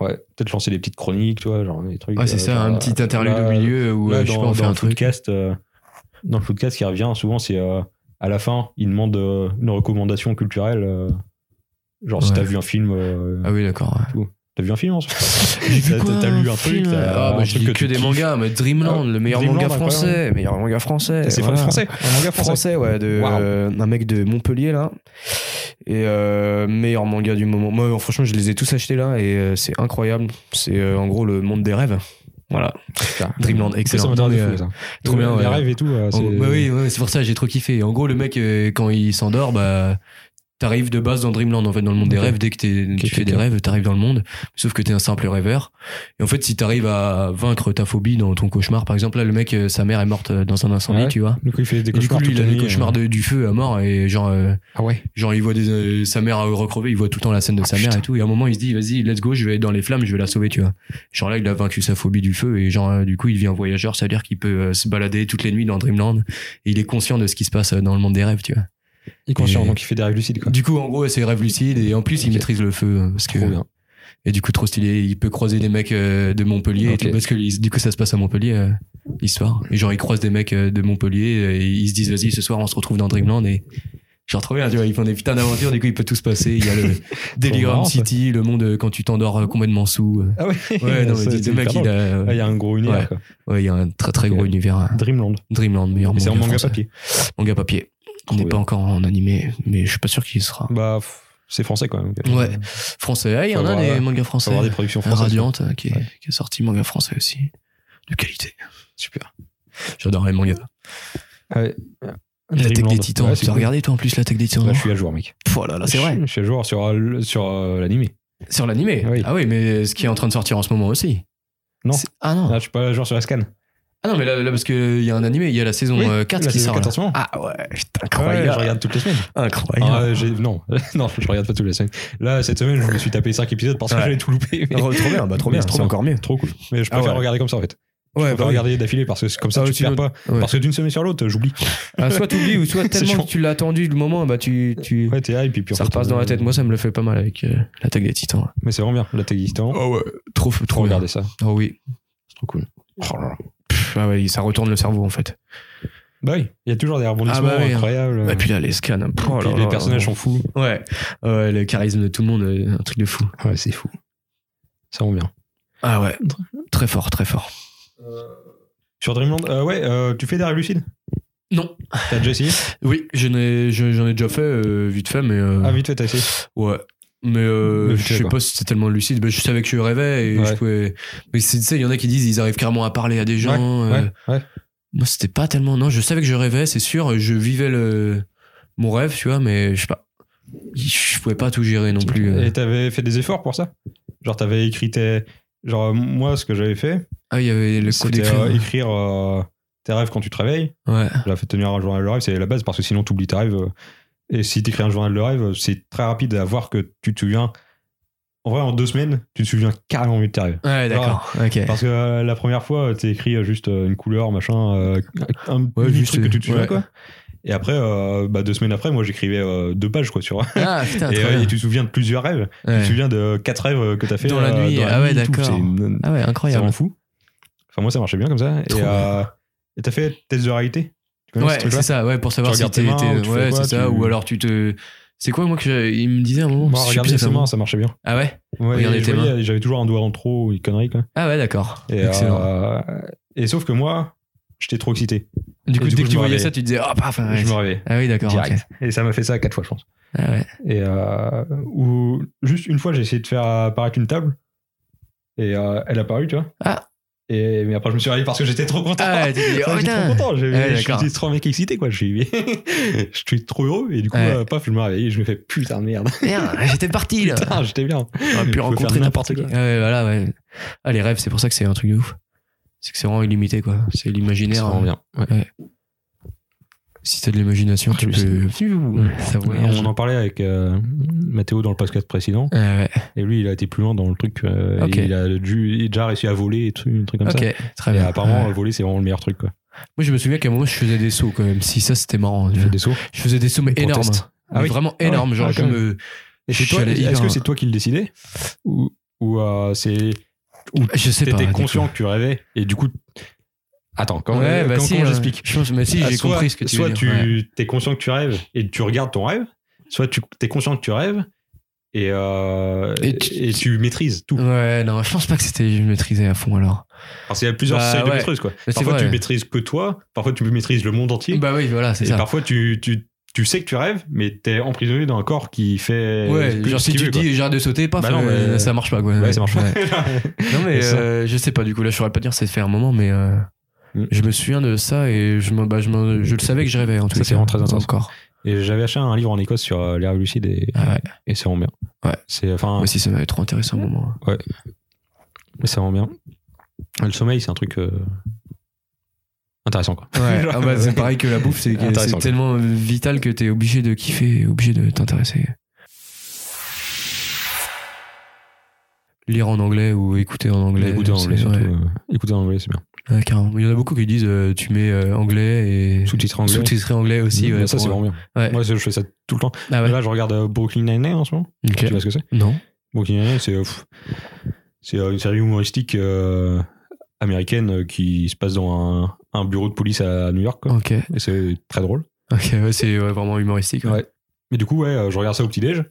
A: Ouais, peut-être lancer des petites chroniques, tu vois, genre des trucs.
B: Ouais, Ah, c'est
A: euh,
B: ça,
A: genre,
B: un petit
A: euh,
B: interlude
A: là,
D: bah,
B: au milieu où,
A: là,
B: euh, je
A: dans,
B: sais pas, on fait
A: dans
B: un
A: le
B: truc.
A: podcast, euh, dans le podcast qui revient souvent, c'est euh, à la fin, il demande euh, une recommandation culturelle. euh, genre, si
B: Ouais.
A: t'as vu un film, euh,
B: Ah oui, d'accord. ouais.
A: t'as vu un film en ce
B: (laughs) J'ai vu
A: T'as-
B: quoi,
A: T'as lu un
B: film
A: truc t'as
B: Ah,
A: un
B: bah, je
A: truc
B: lis que
A: tu
B: des
A: kiffes.
B: mangas, mais Dreamland,
A: Ah,
B: le meilleur
A: Dreamland,
B: manga
A: incroyable.
B: français. Meilleur manga français.
A: C'est
D: voilà.
A: français, un manga français.
D: français, ouais, de
A: Waouh.
D: euh, un mec de Montpellier là. Et euh, meilleur manga du moment. Moi, euh, franchement, je les ai tous achetés là et euh, c'est incroyable. C'est euh, en gros le monde des rêves. Voilà. Dreamland, excellent.
A: Ça m'intéresse de
D: Non, mais,
A: fou, ça.
D: trop bien,
A: Les
D: ouais.
A: rêves et tout. euh,
B: En-
A: c'est-
B: bah oui, ouais, c'est pour ça, j'ai trop kiffé. En gros, le mec, euh, quand il s'endort, bah, t'arrives de base dans Dreamland, en fait, dans le monde des
A: Ok.
B: rêves. Dès que t'es- tu
A: ok,
B: fais des
A: ok.
B: rêves, t'arrives dans le monde. Sauf que t'es un simple rêveur. Et en fait, si t'arrives à vaincre ta phobie dans ton cauchemar, par exemple, là, le mec, euh, sa mère est morte euh, dans un incendie,
A: Ouais.
B: tu vois.
A: Du coup, il fait des
B: Et du
A: cauchemars.
B: coup, lui, il
A: toute
B: a
A: la
B: des
A: nuit,
B: cauchemars
A: euh.
B: de- du feu à mort et genre, euh,
A: Ah ouais.
B: Genre, il voit des, euh, sa mère euh, recrevée, il voit tout le temps la scène de sa
A: Oh,
B: mère et tout. Et à un moment, il se dit, vas-y, let's go, je vais aller dans les flammes, je vais la sauver, tu vois. Genre là, il a vaincu sa phobie du feu et genre, euh, du coup, il devient voyageur, ça veut dire qu'il peut euh, se balader toutes les nuits dans Dreamland et il est conscient de ce qui se passe euh, dans le monde des rêves, tu vois.
A: Il est conscient,
B: Et-
A: donc il fait des rêves lucides, quoi.
B: Du coup, en gros, c'est rêve lucide et en plus, il
A: Ok.
B: maîtrise le feu euh, parce que.
A: Trop bien.
B: Et du coup, trop stylé, il peut croiser des mecs euh, de Montpellier et
A: Ok.
B: tout, parce que il- du coup, ça se passe à Montpellier, euh, l'histoire. Et genre, il croise des mecs euh, de Montpellier euh, et ils se disent, vas-y, ce soir, on se retrouve dans Dreamland et Genre trop bien, tu vois, ils font des putains d'aventures, du coup il peut tout se passer. Il y
A: (laughs)
B: a le
A: marrant,
B: Delirium
A: ça.
B: City, le monde euh, quand tu t'endors euh, complètement
A: (laughs)
B: sous. euh.
A: Ah ouais,
B: Ouais, non, mais
A: Ça,
B: le
A: c'est
B: mec,
A: hyper drôle.
B: il a,
A: Ah, il y a un gros univers,
B: Ouais.
A: quoi.
B: ouais, il y a un très très gros
A: Ok.
B: univers. hein.
A: Dreamland.
B: Dreamland, meilleur
A: Et c'est en manga
B: français.
A: papier.
B: Manga papier. On n'est
A: Trop
B: pas
A: bien.
B: encore en animé, mais je suis pas sûr qu'il y sera.
A: Bah, f- c'est français quand même. donc, euh,
B: Ouais, français. Ah, il y
A: Faut
B: en a
A: avoir-
B: des mangas
A: Faut
B: français.
A: avoir des productions françaises.
B: Radiante euh, qui, est-
A: Ouais.
B: qui est sorti manga français aussi. De qualité.
A: Super.
B: J'adore les mangas. L'attaque
A: Dreamland.
B: des titans.
A: Ouais, c'est
B: tu as
A: cool.
B: regardé toi en plus l'attaque des titans
A: Là, je suis à jour, mec.
B: Pff, oh là là, c'est vrai.
A: Je suis à jour sur, euh, sur euh, l'animé.
B: Sur l'animé.
A: Oui.
B: Ah oui, mais ce qui est en train de sortir en ce moment aussi.
A: Non.
B: C'est- Ah non.
A: Là, je suis pas à jour sur la scan.
B: Ah non, mais là, là parce qu'il y a un animé, il y a la saison
A: Oui,
B: euh, 4
A: la
B: qui
A: saison
B: sort. là.
A: 4 en ce moment.
B: Ah ouais,
A: Ouais,
B: putain,
A: je
B: incroyable.
A: regarde toutes les semaines. Ah,
B: incroyable.
A: euh, j'ai- non, (laughs) non, je regarde pas toutes les semaines. Là, cette semaine, je me suis tapé 5 épisodes parce que
B: Ouais. Ah
A: j'avais tout loupé. mais-
D: Oh, trop bien, bah, trop
A: Mais
D: bien,
A: c'est trop
D: c'est
A: bien.
D: encore mieux.
A: (laughs) Trop cool. Mais je préfère
D: ouais.
A: regarder comme ça en fait. Je
D: Ouais,
B: bah
A: préfère regarder d'affilée parce que c'est- comme ça
D: Ah,
A: tu
D: ouais,
A: te perds pas.
B: ouais.
A: Parce que d'une semaine sur l'autre, j'oublie.
B: Ah, soit t'oublies ou (laughs) soit
A: C'est chiant.
B: tellement que tu l'as attendu le moment, bah tu, tu
A: Ouais, t'es hype et puis en
B: ça
A: fait,
B: repasse dans
A: euh,
B: la tête. Moi, ça me le fait pas mal avec euh, l'attaque des Titans.
A: Mais c'est vraiment bien. La tech existant.
B: Oh ouais, trop trop,
A: Trop
B: bien.
A: regarder ça.
B: Oh oui, c'est trop cool. Pff, ah ouais, ça retourne le cerveau en fait.
A: Bah oui, il y a toujours des rebondissements
B: Ah bah oui, hein.
A: incroyables.
B: Et puis là, les scans, hein, pff, oh
A: Puis
B: là
A: les
B: là,
A: personnages sont fous.
B: Ouais, ouais, le charisme de tout le monde, euh, un truc de fou.
A: Ouais, c'est fou. Ça rend bien.
B: Ah ouais, très fort, très fort.
A: Sur Dreamland, euh, ouais, euh, tu fais des rêves lucides
B: Non.
A: T'as déjà essayé
B: Oui, j'en ai, je- j'en ai déjà fait, euh, vite fait, mais. euh,
A: Ah, vite fait, t'as essayé.
B: Ouais. Mais euh,
A: Mais vite
B: je
A: fait,
B: sais
A: quoi.
B: pas si c'était tellement lucide. mais je savais que je rêvais et
A: Ouais.
B: je pouvais. Mais c'est- tu sais, il y en a qui disent ils arrivent carrément à parler à des gens. euh,
A: Ouais, ouais.
B: Moi, c'était pas tellement. Non, je savais que je rêvais, c'est sûr. Je vivais le... mon rêve, tu vois, mais je sais pas. Je pouvais pas tout gérer non plus. euh.
A: Et t'avais fait des efforts pour ça Genre, t'avais écrit tes. Genre, euh, moi, ce que j'avais fait,
B: Ah, il y avait le coup
A: c'était
B: d'écrire.
A: euh, écrire euh, tes rêves quand tu te réveilles.
B: Ouais.
A: La fait tenir un journal de rêve, c'est la base parce que sinon, t'oublies tes rêves. euh, Et si t'écris un journal de rêve, euh, c'est très rapide à voir que tu te souviens. En vrai, en deux semaines, tu te souviens carrément mieux de tes rêves.
B: Ouais, d'accord. Ok.
A: Parce que euh, la première fois, t'es écrit euh, juste euh, une couleur, machin, euh, un
B: Ouais,
A: petit
B: juste,
A: truc que tu te souviens,
B: ouais.
A: quoi. Et après, euh, bah, deux semaines après, moi, j'écrivais euh, deux pages, quoi, sur.
B: Ah, putain,
A: et,
B: très
A: euh,
B: bien.
A: et tu te souviens de plusieurs rêves. Tu
B: Ouais.
A: te souviens de quatre rêves euh, que t'as fait
B: Dans la nuit, ah ouais,
A: et tout.
B: d'accord.
A: C'est une-
B: Ah ouais,
A: C'est
B: incroyable.
A: vraiment fou. Enfin, moi, ça marchait bien comme ça.
B: Trop
A: et
B: bien.
A: euh, et t'as fait test de réalité Tu connais ce
B: Ouais,
A: truc-là
B: c'est ça, ouais, pour savoir si
A: regardes tes
B: t'es.
A: mains,
B: t'es-
A: ou tu fais
B: Ouais,
A: quoi,
B: c'est ça,
A: tu-
B: ou alors tu te. C'est quoi, moi, que j'ai- il me disait à un moment
A: Moi,
B: je sais
A: regarder
B: plus,
A: ses
B: ça fait un
A: mains,
B: moment.
A: ça marchait bien.
B: Ah ouais
A: Ouais,
B: Regarder
A: et je
B: tes
A: voyais, J'avais toujours un doigt en trop ou une connerie, quoi.
B: Ah ouais, d'accord.
A: Et,
B: Excellent.
A: euh, et sauf que moi, j'étais trop excité.
B: du coup,
A: et du
B: dès
A: coup,
B: que
A: je
B: tu
A: me
B: voyais
A: réveillais.
B: ça, tu te disais, oh, paf, ouais.
A: Je me réveillais.
B: Ah oui, d'accord. ok.
A: Direct. Et ça m'a fait ça quatre fois, je pense.
B: Ah ouais.
A: Et euh, ou juste une fois, j'ai essayé de faire apparaître une table. Et euh, elle a paru, tu vois.
B: Ah.
A: Et, mais après, je me suis réveillé parce que j'étais trop content.
B: Ah ouais, tu te dis,
A: Ça, (laughs)
B: oh
A: j'étais trop
B: putain.
A: content. J'ai-
B: Ouais,
A: je
B: d'accord.
A: suis trop mec excité, quoi. Je suis, (laughs) je suis trop heureux. Et du coup,
B: Ouais.
A: euh, paf, je me réveille et je me fais putain de merde.
B: Merde, j'étais parti là.
A: Putain, j'étais bien.
B: (laughs) J'aurais
A: je
B: pu
A: peux
B: rencontrer
A: faire
B: n'importe
A: n'importe
B: qui.
A: quoi.
B: Ah ouais, voilà, ouais. Ah, les rêves, c'est pour ça que c'est un truc de ouf. C'est que c'est vraiment illimité, quoi. C'est
A: C'est
B: l'imaginaire. hein.
A: vraiment bien. Ah, Ouais.
B: Si t'as de l'imagination, tu peux. Ça voyage.
A: On en parlait avec euh, Mathéo dans le podcast précédent.
B: Ah ouais.
A: Et lui, il a été plus loin dans le truc. euh,
B: Ok.
A: Il a dû, il a déjà réussi à voler et tout, un truc comme ça.
B: Ok, très
A: Et
B: bien.
A: apparemment,
B: Ouais.
A: voler, c'est vraiment le meilleur truc. Quoi.
B: Moi, je me souviens qu'à un moment, je faisais des sauts quand même. Si ça, c'était marrant.
A: Tu fais des sauts.
B: Je faisais des sauts, mais
A: Pour
B: énormes.
A: test. Ah
B: Mais
A: oui.
B: Vraiment
A: Ah ouais.
B: énormes. Genre,
A: Ah,
B: je
A: quand
B: me.
A: Et c'est
B: Je suis
A: toi,
B: allé
A: est-ce
B: hyper-
A: que c'est toi qui le décidais Ou, ou euh, c'est. Ou
B: Je sais pas.
A: t'étais
B: du
A: conscient
B: coup.
A: que tu rêvais et du coup. Attends, comment,
B: Ouais, bah
A: comment-
B: si,
A: comment
B: hein.
A: j'explique
B: Je pense, mais si,
A: Ah,
B: j'ai
A: soit-
B: compris ce que tu
A: Soit
B: veux dire.
A: tu
B: Ouais.
A: es conscient que tu rêves et tu regardes ton rêve, soit tu es conscient que tu rêves et, euh,
B: Et
A: et,
B: tu-
A: tu... maîtrises tout.
B: Ouais, non, je pense pas que c'était je maîtrisais à fond alors.
A: Parce qu'il y a plusieurs
B: Bah,
A: seuils de
B: ouais.
A: maîtrise. Quoi.
B: c'est
A: Parfois,
B: vrai.
A: tu maîtrises que toi, parfois, tu maîtrises le monde entier.
B: Bah oui, voilà, c'est
A: et
B: ça.
A: parfois, tu, tu, tu sais que tu rêves, mais t'es emprisonné dans un corps qui fait.
B: ouais,
A: plus
B: genre
A: ce
B: si
A: qu'il
B: tu
A: veut,
B: te dis j'arrête de sauter, paf,
A: Bah non,
B: euh,
A: mais-
B: ça marche pas quoi.
A: quoi. Ouais, ça marche pas. (laughs)
B: Ouais. Non mais
A: C'est ça.
B: euh, je sais pas du coup là je saurais pas dire c'est fait un moment mais euh,
A: Mm.
B: je me souviens de ça et je me bah, je, me- je le savais que je rêvais en tout
A: Ça,
B: cas.
A: c'est vraiment très intense.
B: Encore.
A: Et j'avais acheté un livre en Écosse sur euh, les rêves lucides et,
B: Ah ouais.
A: et c'est vraiment bien.
B: Ouais.
A: C'est enfin,
B: Moi aussi ça m'avait trop intéressé un moment. hein.
A: c'est vraiment bien. Le sommeil, c'est un truc euh, intéressant quoi.
B: Ouais.
A: Genre,
B: (laughs) ah bah c'est pareil que la bouffe c'est que
A: Intéressant,
B: c'est
A: quoi.
B: tellement euh, vital que t'es obligé de kiffer, obligé de t'intéresser. Lire en anglais ou écouter en anglais.
A: Écouter en
B: c'est-
A: anglais,
B: ouais.
A: surtout, euh, écouter en anglais, c'est bien.
B: Ouais, carrément. Il y en a beaucoup qui disent euh, tu mets euh, anglais et
A: Sous-titré anglais.
B: sous-titré anglais aussi. ouais,
A: ça, c'est
B: pour-
A: vraiment bien.
B: Ouais.
A: Moi, je fais ça tout le temps.
B: Ah ouais.
A: Là, je regarde euh, Brooklyn Nine-Nine en ce moment.
B: Ok.
A: Tu vois ce que c'est
B: Non.
A: Brooklyn Nine-Nine, c'est euh, pff, c'est, euh, une série humoristique euh, américaine euh, qui se passe dans un, un bureau de police à New York. quoi.
B: Ok.
A: Et c'est très drôle.
B: Ok. ouais, c'est ouais, vraiment humoristique. ouais.
A: Ouais. Mais du coup, ouais, euh, je regarde ça au petit-déj,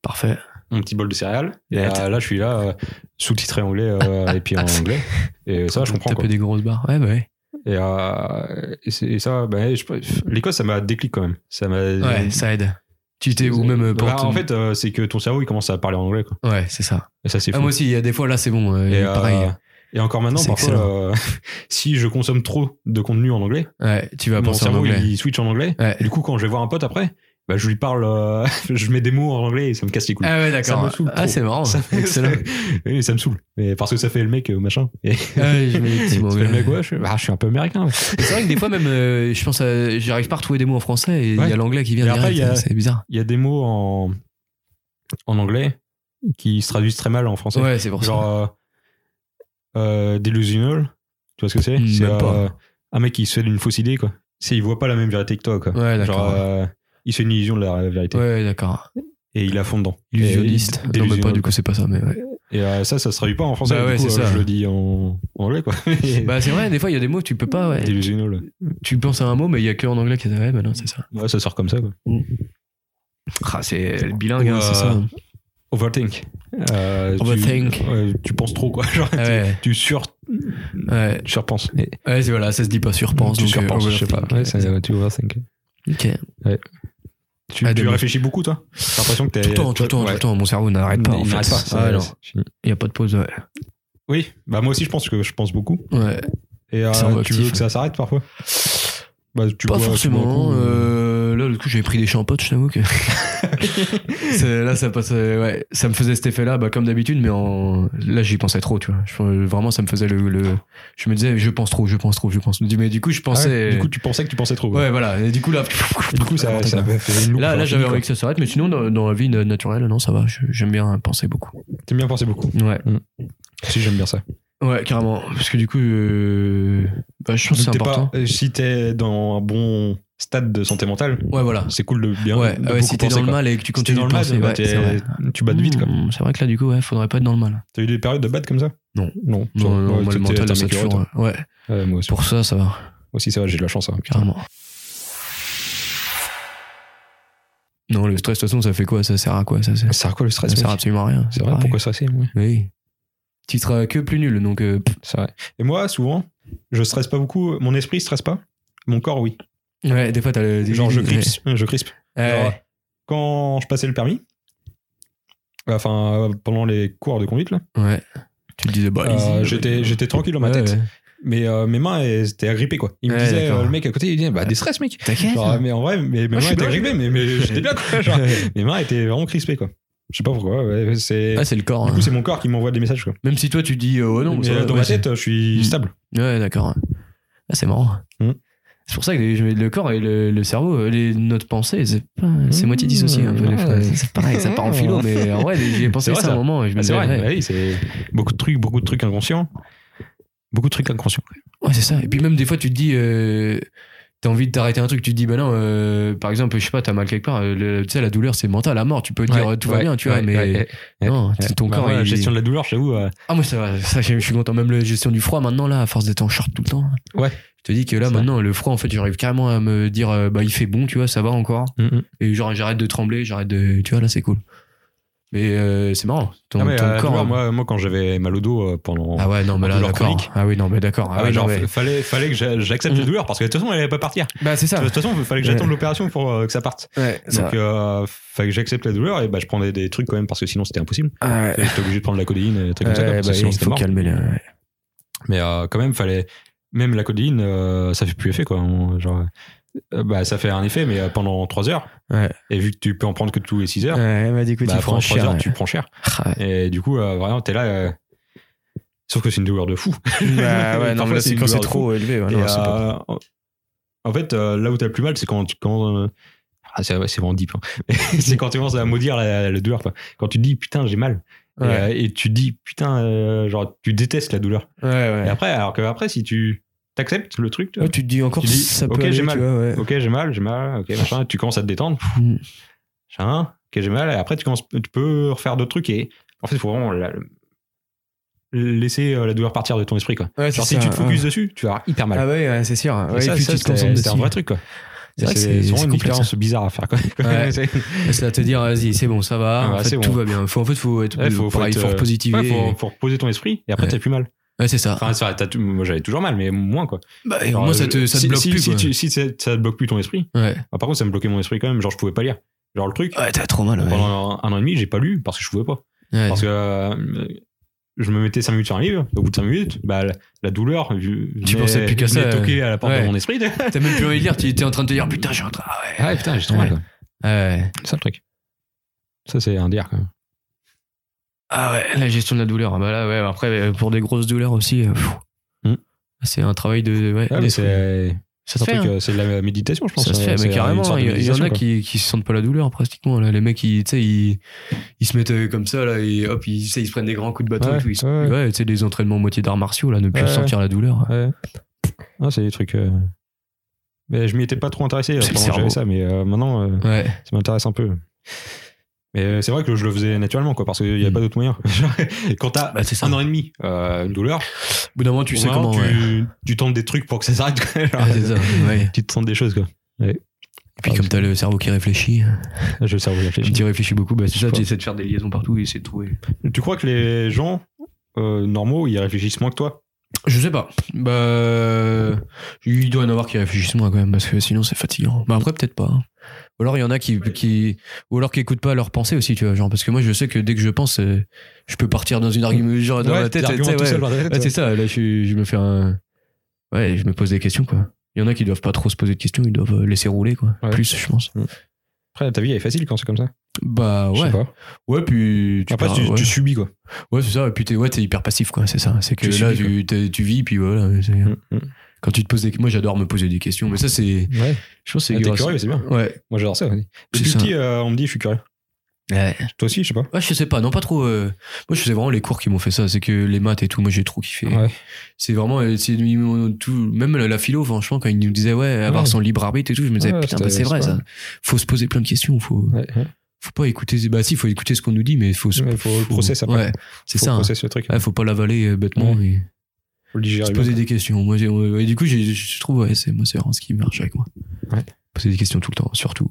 D: Parfait.
A: mon petit bol de céréales. Et
D: Net.
A: euh, là, je suis là, euh, sous-titré anglais
B: (laughs)
A: euh, et puis en anglais. Et ça, je comprends.
B: Taper
A: quoi.
B: des grosses barres. Ouais, bah ouais.
A: Et, euh, et, c'est- et ça, ben, je sais pas, l'Écosse, ça m'a déclic quand même. Ça m'a.
B: Ouais, ça aide. Tu t'es ou même euh,
A: Bah,
B: porte-
A: en fait, euh, c'est que ton cerveau, il commence à parler en anglais. Quoi.
B: ouais, c'est ça.
A: Et ça, c'est
B: Ah,
A: fou.
B: moi aussi, il y a des fois là, c'est bon. euh,
A: et, euh,
B: pareil.
A: et encore maintenant,
B: C'est
A: parfois, euh, (laughs) si je consomme trop de contenu en anglais,
B: Ouais, tu vas
A: mon
B: penser Bah, en
A: cerveau,
B: anglais.
A: il switch en anglais.
B: Ouais.
A: Et du coup, quand je vais voir un pote après, bah, je lui parle, euh, (laughs) je mets des mots en anglais et ça me casse les couilles.
B: Ah ouais,
A: Ça
B: d'accord.
A: me saoule
B: Ah,
A: trop.
B: c'est marrant.
A: Ça-
B: Excellent.
A: (laughs) Oui, ça me saoule. Mais parce que ça fait le mec euh, machin. Et
B: Ah ouais, je mets des
A: (laughs)
B: petits
A: ça
B: mots,
A: fait le
B: ouais.
A: mec, ouais, je, suis- bah, je suis un peu américain. ouais.
B: Mais C'est vrai que des fois, même, euh, je pense, à- j'arrive pas à retrouver des mots en français et il y
A: Ouais.
B: a l'anglais qui vient
A: Et après,
B: direct.
A: il y a-
B: C'est bizarre.
A: Il y a des mots en, en anglais qui se traduisent très mal en français.
B: Ouais, c'est pour ça.
A: Genre, euh, euh, delusional, tu vois ce que c'est
B: Hmm, Même
A: C'est
B: pas.
A: euh, un mec qui se fait d'une fausse idée, quoi. C'est, il voit pas la même vérité que toi, quoi.
B: Ouais, d'accord.
A: Genre, euh, il se fait une illusion de la vérité.
B: Ouais, d'accord.
A: euh, Et il a fond dedans.
B: Illusionniste.
A: Et-
B: Non, mais pas,
A: delusional.
B: du coup, c'est pas ça, mais ouais.
A: Et euh, ça, ça se traduit pas en français.
B: Bah
A: du
B: ouais,
A: coup,
B: c'est
A: euh,
B: ça.
A: Je le dis en, en anglais, quoi. Et-
B: Bah, (laughs) c'est vrai, des fois, il y a des mots, tu peux pas, ouais.
A: Delusional.
B: Tu penses à un mot, mais il y a que en anglais qui est ouais, bah non, c'est ça.
A: Ouais, ça sort comme ça, quoi.
B: Ah, c'est bilingue,
A: hein,
B: c'est
A: c'est
B: ça.
A: ça. Overthink. Euh,
B: Overthink. Ah
A: Tu, ouais, tu penses trop, quoi. (laughs) Genre, tu-
B: Ouais.
A: tu, sur,
B: Ouais,
A: surpenses.
B: ouais c'est- voilà, ça se dit pas surpense.
A: tu
B: donc, euh,
A: surpenses, je sais pas.
B: overthink.
A: Ouais, ça, ouais, tu overthink.
B: Ok.
A: Tu,
B: Ah,
A: tu
B: dommage.
A: réfléchis beaucoup, toi J'ai l'impression que t'es.
B: Tout le temps, tout le temps, tout le temps. Mon cerveau n'arrête pas. en
A: euh, Il
B: fait.
A: n'arrête pas.
B: Ah,
A: ça,
B: non.
A: c'est fini.
B: Il n'y a pas de pause. Ouais.
A: Oui, bah moi aussi, je pense que je pense beaucoup.
B: Ouais.
A: Et euh,
B: Cerveau
A: tu
B: actif,
A: veux que ça s'arrête parfois Bah, tu bois-
B: Pas
A: tu bois un
B: forcément.
A: coup,
B: euh, là, le coup, j'avais pris des champotes,
A: (laughs)
B: je t'avoue que. C'est- là, ça passait. Ouais, ça me faisait cet effet-là, bah, comme d'habitude, mais en... là, j'y pensais trop, tu vois. Je- vraiment, ça me faisait le, le- Je me disais, je pense trop, je pense trop, je pense. Mais du coup, je
A: Ah ouais,
B: pensais.
A: Du coup, tu pensais que tu pensais trop.
B: ouais, voilà. Et du coup, là.
A: Et du coup, ça, ça m'a fait une loupe
B: Là, là
A: infinie,
B: j'avais
A: quoi.
B: envie que ça s'arrête, mais sinon, dans, dans la vie na- naturelle, non, ça va. Je- J'aime bien penser beaucoup.
A: T'aimes bien penser beaucoup.
B: Ouais.
A: Si, j'aime bien ça.
B: Ouais, carrément. Parce que du coup, euh, bah, je pense que c'est
A: T'es pas-
B: important.
A: euh, si t'es dans un bon stade de santé mentale,
B: Ouais, voilà.
A: c'est cool de bien.
B: ouais, ah
A: de
B: ouais,
A: beaucoup
B: si t'es dans
A: penser,
B: le
A: quoi.
B: mal et que tu
A: Si t'es
B: continues
A: dans
B: de
A: le mal,
B: penser,
A: bah,
B: ouais,
A: t'es-
B: c'est vrai.
A: tu bats de vite. quoi.
B: Hmm, C'est vrai que là, du coup, ouais, faudrait pas être dans le mal.
A: T'as eu des périodes de bad comme ça
B: Non.
A: Non, ça-
B: Non, non,
A: ouais,
B: moi, le
A: t'es-
B: mental,
A: t'es
B: ça
A: amélioré,
B: toujours.
A: toi.
B: Ouais,
A: Ouais, moi aussi.
B: pour ça, ça va,
A: Aussi, ça va, j'ai de la chance. hein, putain.
B: carrément. Non, le stress, de toute façon, ça fait quoi Ça sert à quoi Ça,
A: Ça
B: sert-
A: sert à quoi le
B: ça
A: stress
B: sert
A: mec
B: absolument à rien.
A: C'est vrai,
B: pareil.
A: pourquoi stresser ouais.
B: Oui. Tu seras que plus nul, donc. euh, pff.
A: C'est vrai. Et moi, souvent, je stresse pas beaucoup. Mon esprit stresse pas. Mon corps, oui.
B: Ouais, des fois, t'as le.
A: Genre, je
B: Ouais.
A: crispe. Je crispe.
B: Ouais.
A: Genre, Quand je passais le permis, enfin, euh, pendant les cours de conduite, là,
B: Ouais. Tu te disais, bah,
A: euh,
B: easy,
A: j'étais
B: ouais.
A: j'étais tranquille dans ma
B: Ouais,
A: tête.
B: ouais.
A: Mais euh, mes mains, elles étaient agrippées, quoi. Il me
B: Ouais,
A: disait,
B: d'accord.
A: euh, le mec à côté, il disait, bah, déstresse, mec.
B: T'inquiète. hein.
A: Genre, mais en vrai, mes, mes
B: Ah, je
A: mains
B: suis
A: étaient
B: bien.
A: agrippées, mais, mais j'étais bien, quoi.
B: (laughs)
A: Genre,
B: Ouais.
A: mes mains étaient vraiment crispées, quoi. Je sais pas pourquoi. ouais, c'est...
B: Ah, c'est le corps.
A: Du
B: hein.
A: coup, c'est mon corps qui m'envoie des messages, quoi.
B: Même si toi, tu dis, euh, oh non,
A: mais
B: ça va,
A: dans
B: ouais,
A: ma
B: c'est-
A: tête, je suis
B: Mm.
A: stable.
B: Ouais, d'accord. Ah, c'est marrant.
A: Hmm.
B: C'est pour ça que les- le corps et le, le cerveau, euh, les, notre pensée, c'est pas- c'est
A: Hmm,
B: moitié dissocié un peu. des
A: ouais.
B: fois. C'est pareil, ça part en philo, mais en vrai, j'y ai pensé
A: C'est vrai,
B: ça à un
A: ça.
B: moment. Et je me
A: Ah, c'est
B: disais,
A: vrai,
B: ouais,
A: oui, c'est beaucoup de trucs, beaucoup de trucs inconscients. Beaucoup de trucs inconscients.
B: Ouais, c'est ça. Et puis même des fois, tu te dis, euh, t'as envie de t'arrêter un truc, tu te dis, bah non, euh, par exemple, je sais pas, t'as mal quelque part, euh, le- tu sais, la douleur, c'est mental, la mort, tu peux dire, euh,
A: Ouais,
B: tout va
A: ouais,
B: bien, tu
A: ouais,
B: vois, mais
A: ouais, ouais,
B: non,
A: ouais.
B: ton
A: Bah,
B: corps,
A: ouais, la
B: il-
A: gestion de la douleur, j'avoue. euh,
B: Ah, moi, ça va, ça, je suis content. Même la gestion du froid, maintenant, là, à force d'être en short tout le temps.
A: Ouais.
B: Je te dis que là,
A: C'est
B: maintenant, le froid, en fait, j'arrive carrément à me dire, euh, bah, il fait bon, tu vois, ça va encore. Et genre, j'arrête de trembler, j'arrête de. Tu vois, là, c'est cool. Mais euh, c'est marrant. Ton,
A: Ah, mais,
B: ton
A: euh,
B: corps.
A: douleur,
B: hein.
A: moi, moi, quand j'avais mal au dos euh, pendant.
B: ah ouais, non, mais là,
A: douleur
B: d'accord.
A: chronique.
B: Ah oui, non, mais d'accord. Ah,
A: Ah ouais,
B: oui,
A: genre,
B: non, mais-
A: fa- fallait, fallait que j'a- j'accepte
B: Mm.
A: la douleur parce que de toute façon, elle allait pas partir.
B: (laughs) Bah, c'est ça.
A: De toute façon, il fallait que
B: Ouais.
A: j'attende l'opération pour euh, que ça parte.
B: Ouais, ça
A: Donc, euh, fallait que j'accepte la douleur et bah, je prenais des trucs quand même parce que sinon, c'était impossible.
B: va. Ah, ouais.
A: Et J'étais obligé de prendre de la codéine et des trucs comme ça,
B: Ouais,
A: quoi, parce que
B: bah,
A: sinon,
B: il
A: c'était
B: faut
A: mort.
B: calmer les. ouais.
A: Mais euh, quand même, fallait. Même la codéine, euh, ça fait plus effet, quoi. On- Genre, euh, bah, ça fait un effet, mais euh, pendant 3 heures.
B: Ouais.
A: Et vu que tu peux en prendre que tous les 6 heures,
B: Ouais, bah, du coup,
A: bah,
B: tu prends
A: pendant 3
B: cher.
A: heures,
B: ouais. (laughs)
A: tu prends cher.
B: Ah, ouais.
A: Et du coup, euh, vraiment, t'es là. euh, Sauf que c'est une douleur de fou.
B: (laughs) Bah, ouais, non,
A: Parfois,
B: mais là,
A: c'est
B: c'est
A: une
B: quand c'est
A: douleur de
B: trop élevé. ouais,
A: Et,
B: non, c'est pas-
A: euh, en- en fait, euh, là où t'as le plus mal, c'est quand. tu- quand euh, ah, c'est ouais, c'est vraiment deep. hein. (laughs) c'est quand tu commences à maudire la, la douleur. quoi. Quand tu te dis putain, j'ai mal. Et,
B: Ouais.
A: euh, Et, tu te dis putain, euh, genre, tu détestes la douleur.
B: Ouais,
A: Et
B: ouais.
A: après, alors que après, si tu t'acceptes le truc, tu vois,
B: Ouais, Tu te dis encore,
A: tu dis,
B: ça
A: ok,
B: peut aller,
A: j'ai
B: tu
A: mal.
B: vois, ouais.
A: ok, j'ai mal, j'ai mal, ok, machin, tu commences à te détendre. Pff,
B: Mm.
A: Machin, ok, j'ai mal. Et après, tu, commences, tu peux refaire d'autres trucs. Et en fait, il faut vraiment la- laisser euh, la douleur partir de ton esprit, quoi.
B: Ouais, c'est
A: Genre, si
B: ça, hein.
A: tu te
B: ouais.
A: focuses dessus, tu vas avoir hyper mal.
B: Ah ouais, ouais, c'est sûr.
A: Et
B: Ouais,
A: ça,
B: et puis
A: ça,
B: tu te
A: c'était-
B: concentres
A: c'était
B: dessus.
A: un vrai truc, quoi.
B: C'est vrai que
A: C'est
B: c'est
A: vraiment
B: c'est
A: une
B: complexe.
A: expérience bizarre à faire. Quoi. (laughs)
B: Ouais.
A: C'est-
B: C'est à te dire, vas-y, c'est bon, ça va,
A: Ah,
B: en
A: ouais,
B: fait,
A: c'est
B: tout
A: bon.
B: va bien. Faut, en fait, faut être
A: Ouais,
B: faut, pareil,
A: être,
B: faut
A: euh,
B: repositiver.
A: ouais, faut,
B: et-
A: faut reposer ton esprit et après
B: Ouais.
A: t'as plus mal.
B: Ouais, c'est ça.
A: Enfin, ça, t'as tout- moi j'avais toujours mal, mais moins quoi.
B: Bah,
A: Genre,
B: moi, ça te,
A: euh,
B: ça te
A: si-
B: bloque
A: si,
B: plus.
A: Si,
B: quoi.
A: tu- si ça ça te bloque plus ton esprit.
B: Ouais.
A: Ah, par contre, ça me bloquait mon esprit quand même. Genre, je pouvais pas lire. Genre, le truc,
B: Ouais, t'as trop mal. ouais.
A: pendant un, un an et demi, j'ai pas lu parce que je pouvais pas.
B: Ouais.
A: Parce que euh, je me mettais 5 minutes sur un livre, au bout de 5 minutes, bah, la, la douleur, je,
B: Tu pensais plus qu'à ça,
A: toqué à la porte
B: ouais.
A: de mon esprit. ah
B: T'as même plus envie de lire, t'es t'es en train de te dire, putain, je suis en train. (laughs) Ah ouais.
A: putain, j'ai
B: trop mal,
A: quoi.
B: Ouais.
A: C'est ça le truc. Ça, c'est un délire quand même.
B: Ah ouais, la gestion de la douleur. Ah Bah là, ouais, après, euh, pour des grosses douleurs aussi, euh, pfff.
A: Hum.
B: c'est un travail de. Ouais,
A: Ouais,
B: des-
A: Ah, mais c'est c'est
B: ça se
A: un
B: fait.
A: truc,
B: hein.
A: euh, c'est de la méditation, je pense. euh,
B: Ça se fait,
A: C'est
B: mais
A: une
B: carrément,
A: sorte de
B: il y, il y en
A: méditation,
B: a
A: quoi.
B: qui, qui se sentent pas la douleur pratiquement. Là. Les mecs, ils, tu sais, ils, ils se mettent euh, comme ça, là, et hop, ils, tu sais, ils se prennent des grands coups de bâton
A: Ouais,
B: et tout. Ils, se-
A: ouais.
B: ouais, tu sais, des entraînements moitié d'arts martiaux, là, ne plus
A: Ouais.
B: ressentir la douleur.
A: Ouais. Ah, c'est des trucs. euh, Mais je m'y étais pas trop intéressé euh,
B: C'est le
A: pendant que j'avais
B: cerveau.
A: ça, mais euh, maintenant, euh,
B: Ouais.
A: ça m'intéresse un peu. Mais euh, c'est vrai que je le faisais naturellement, quoi, parce qu'il n'y a
B: Mm.
A: pas d'autre moyen. (laughs) Quand t'as
B: Bah, c'est ça.
A: un an et demi, euh, une douleur,
B: Au bout d'un moment, tu
A: au
B: sais
A: moins,
B: comment.
A: tu,
B: ouais.
A: tu tentes des trucs pour que ça s'arrête. quoi. Genre,
B: Ouais, (laughs) c'est ça, ouais. Et
A: Tu te tentes des choses, quoi. Ah,
B: puis, comme t'as le cerveau qui réfléchit,
A: Je le cerveau
B: tu
A: réfléchit.
B: t'y réfléchis beaucoup, bah, c'est ça,
A: crois.
B: tu essaies de faire des liaisons partout et essayer de trouver.
A: Tu crois que les gens euh, normaux, ils réfléchissent moins que toi
B: Je sais pas. Bah. Il doit y en avoir qui réfléchissent moins quand même, parce que sinon, c'est fatigant. Bah, après, peut-être pas. hein. Ou alors, il y en a qui. qui ou alors, qui écoutent pas leurs pensées aussi, tu vois. Genre, parce que moi, je sais que dès que je pense, euh, je peux partir dans une argument. Genre, dans
A: Ouais,
B: la tête, tu
A: t'argumentes
B: sais,
A: tout
B: ouais.
A: seul dans ta tête,
B: Ouais, c'est ça, là je, suis- je me fais un. Ouais, je me pose des questions quoi. Il y en a qui doivent pas trop se poser de questions, ils doivent euh, laisser rouler quoi.
A: Ouais.
B: Plus, je pense.
A: Après, ta vie, elle est facile quand c'est comme ça.
B: Bah
A: Je sais
B: ouais.
A: pas.
B: Ouais, puis tu
A: Après,
B: pars-
A: tu,
B: ouais.
A: tu subis, quoi.
B: Ouais, c'est ça, et puis t'es ouais, t'es hyper passif quoi, c'est ça. C'est que
A: Tu
B: là,
A: subis,
B: tu, t'es- tu vis, puis voilà. c'est-
A: Mm,
B: Quand tu te poses des Moi j'adore me poser des questions, mais ça c'est.
A: mm. Ouais.
B: Je pense que
A: Ah,
B: c'est
A: t'es
B: grâce-
A: curieux, c'est bien.
B: Ouais.
A: Moi, j'adore ça. aussi.
B: C'est
A: Depuis
B: ça.
A: petit, euh, on me dit, je suis curieux.
B: ouais.
A: Toi aussi, je sais pas.
B: Ouais, je sais pas, non, pas trop. euh, Moi je sais vraiment les cours qui m'ont fait ça, c'est que les maths et tout, moi j'ai trop kiffé. C'est vraiment, euh, c'est- ils m'ont tout, même la, la philo, franchement, quand ils nous disaient, ouais, avoir
A: Ouais.
B: son libre arbitre et tout, je me disais,
A: Ouais,
B: putain,
A: c'était-
B: bah, c'est vrai,
A: c'est
B: ça. Faut se poser plein de questions, faut,
A: Ouais, ouais.
B: faut pas écouter, bah, si, faut écouter ce qu'on nous dit, mais faut se,
A: Ouais, faut le process après.
B: Ouais, c'est
A: Faut
B: ça. hein.
A: processer le truc.
B: Ouais, faut pas l'avaler euh, bêtement
A: Ouais.
B: et
A: Faut le digérer
B: se
A: bien.
B: poser des questions. Moi, j'ai- ouais, et du coup, j'ai- je trouve, ouais, c'est, moi, c'est vraiment ce qui marche avec moi.
A: Ouais.
B: Poser des questions tout le temps, surtout.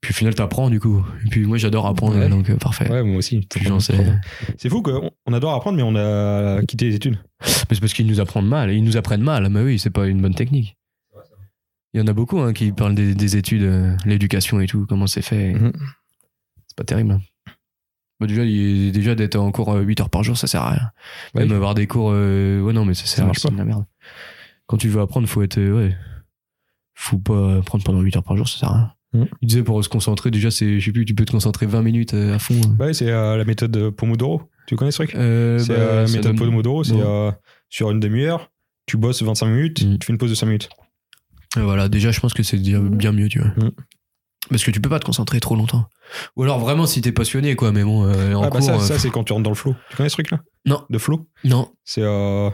B: Puis au final, t'apprends, du coup. Et puis moi, j'adore apprendre,
A: Ouais.
B: donc euh, parfait.
A: Ouais, moi aussi.
B: Puis j'en sais. Mais
A: C'est fou qu'on on adore apprendre, mais on a quitté les études.
B: c'est parce qu'ils nous apprennent mal, ils nous apprennent mal, mais oui, c'est pas une bonne technique. Il y en a beaucoup hein, qui parlent des, des études, euh, l'éducation et tout, comment c'est fait.
A: Mhm.
B: C'est pas terrible. hein. Bah, déjà, il- déjà d'être en cours 8 heures par jour, ça sert à rien.
A: Ouais.
B: Même avoir des cours. euh, ouais, non, mais ça sert
A: Bah
B: à
A: marche
B: rien, c'est de la merde. Quand tu veux apprendre, faut être. euh, ouais. Faut pas apprendre pendant 8 heures par jour, ça sert à rien.
A: Mhm.
B: Il disait pour se concentrer, déjà, c'est. Je sais plus, tu peux te concentrer 20 minutes euh, à fond.
A: Bah ouais, c'est euh, la méthode Pomodoro. Tu connais ce truc
B: Euh,
A: C'est
B: bah,
A: euh, la
B: ça
A: méthode
B: donne-
A: Pomodoro. C'est
B: Non.
A: euh, sur une demi-heure, tu bosses 25 minutes,
B: Mm.
A: tu fais une pause de 5 minutes.
B: Euh, Voilà, déjà, je pense que c'est déjà bien mieux, tu vois.
A: Mm.
B: Parce que tu peux pas te concentrer trop longtemps. Ou alors vraiment si t'es passionné, quoi. Mais bon, euh, en
A: ah, bah
B: cours.
A: ça,
B: euh,
A: ça c'est quand tu rentres dans le flow. Tu connais ce truc-là
B: Non.
A: De flow
B: non,
A: C'est euh,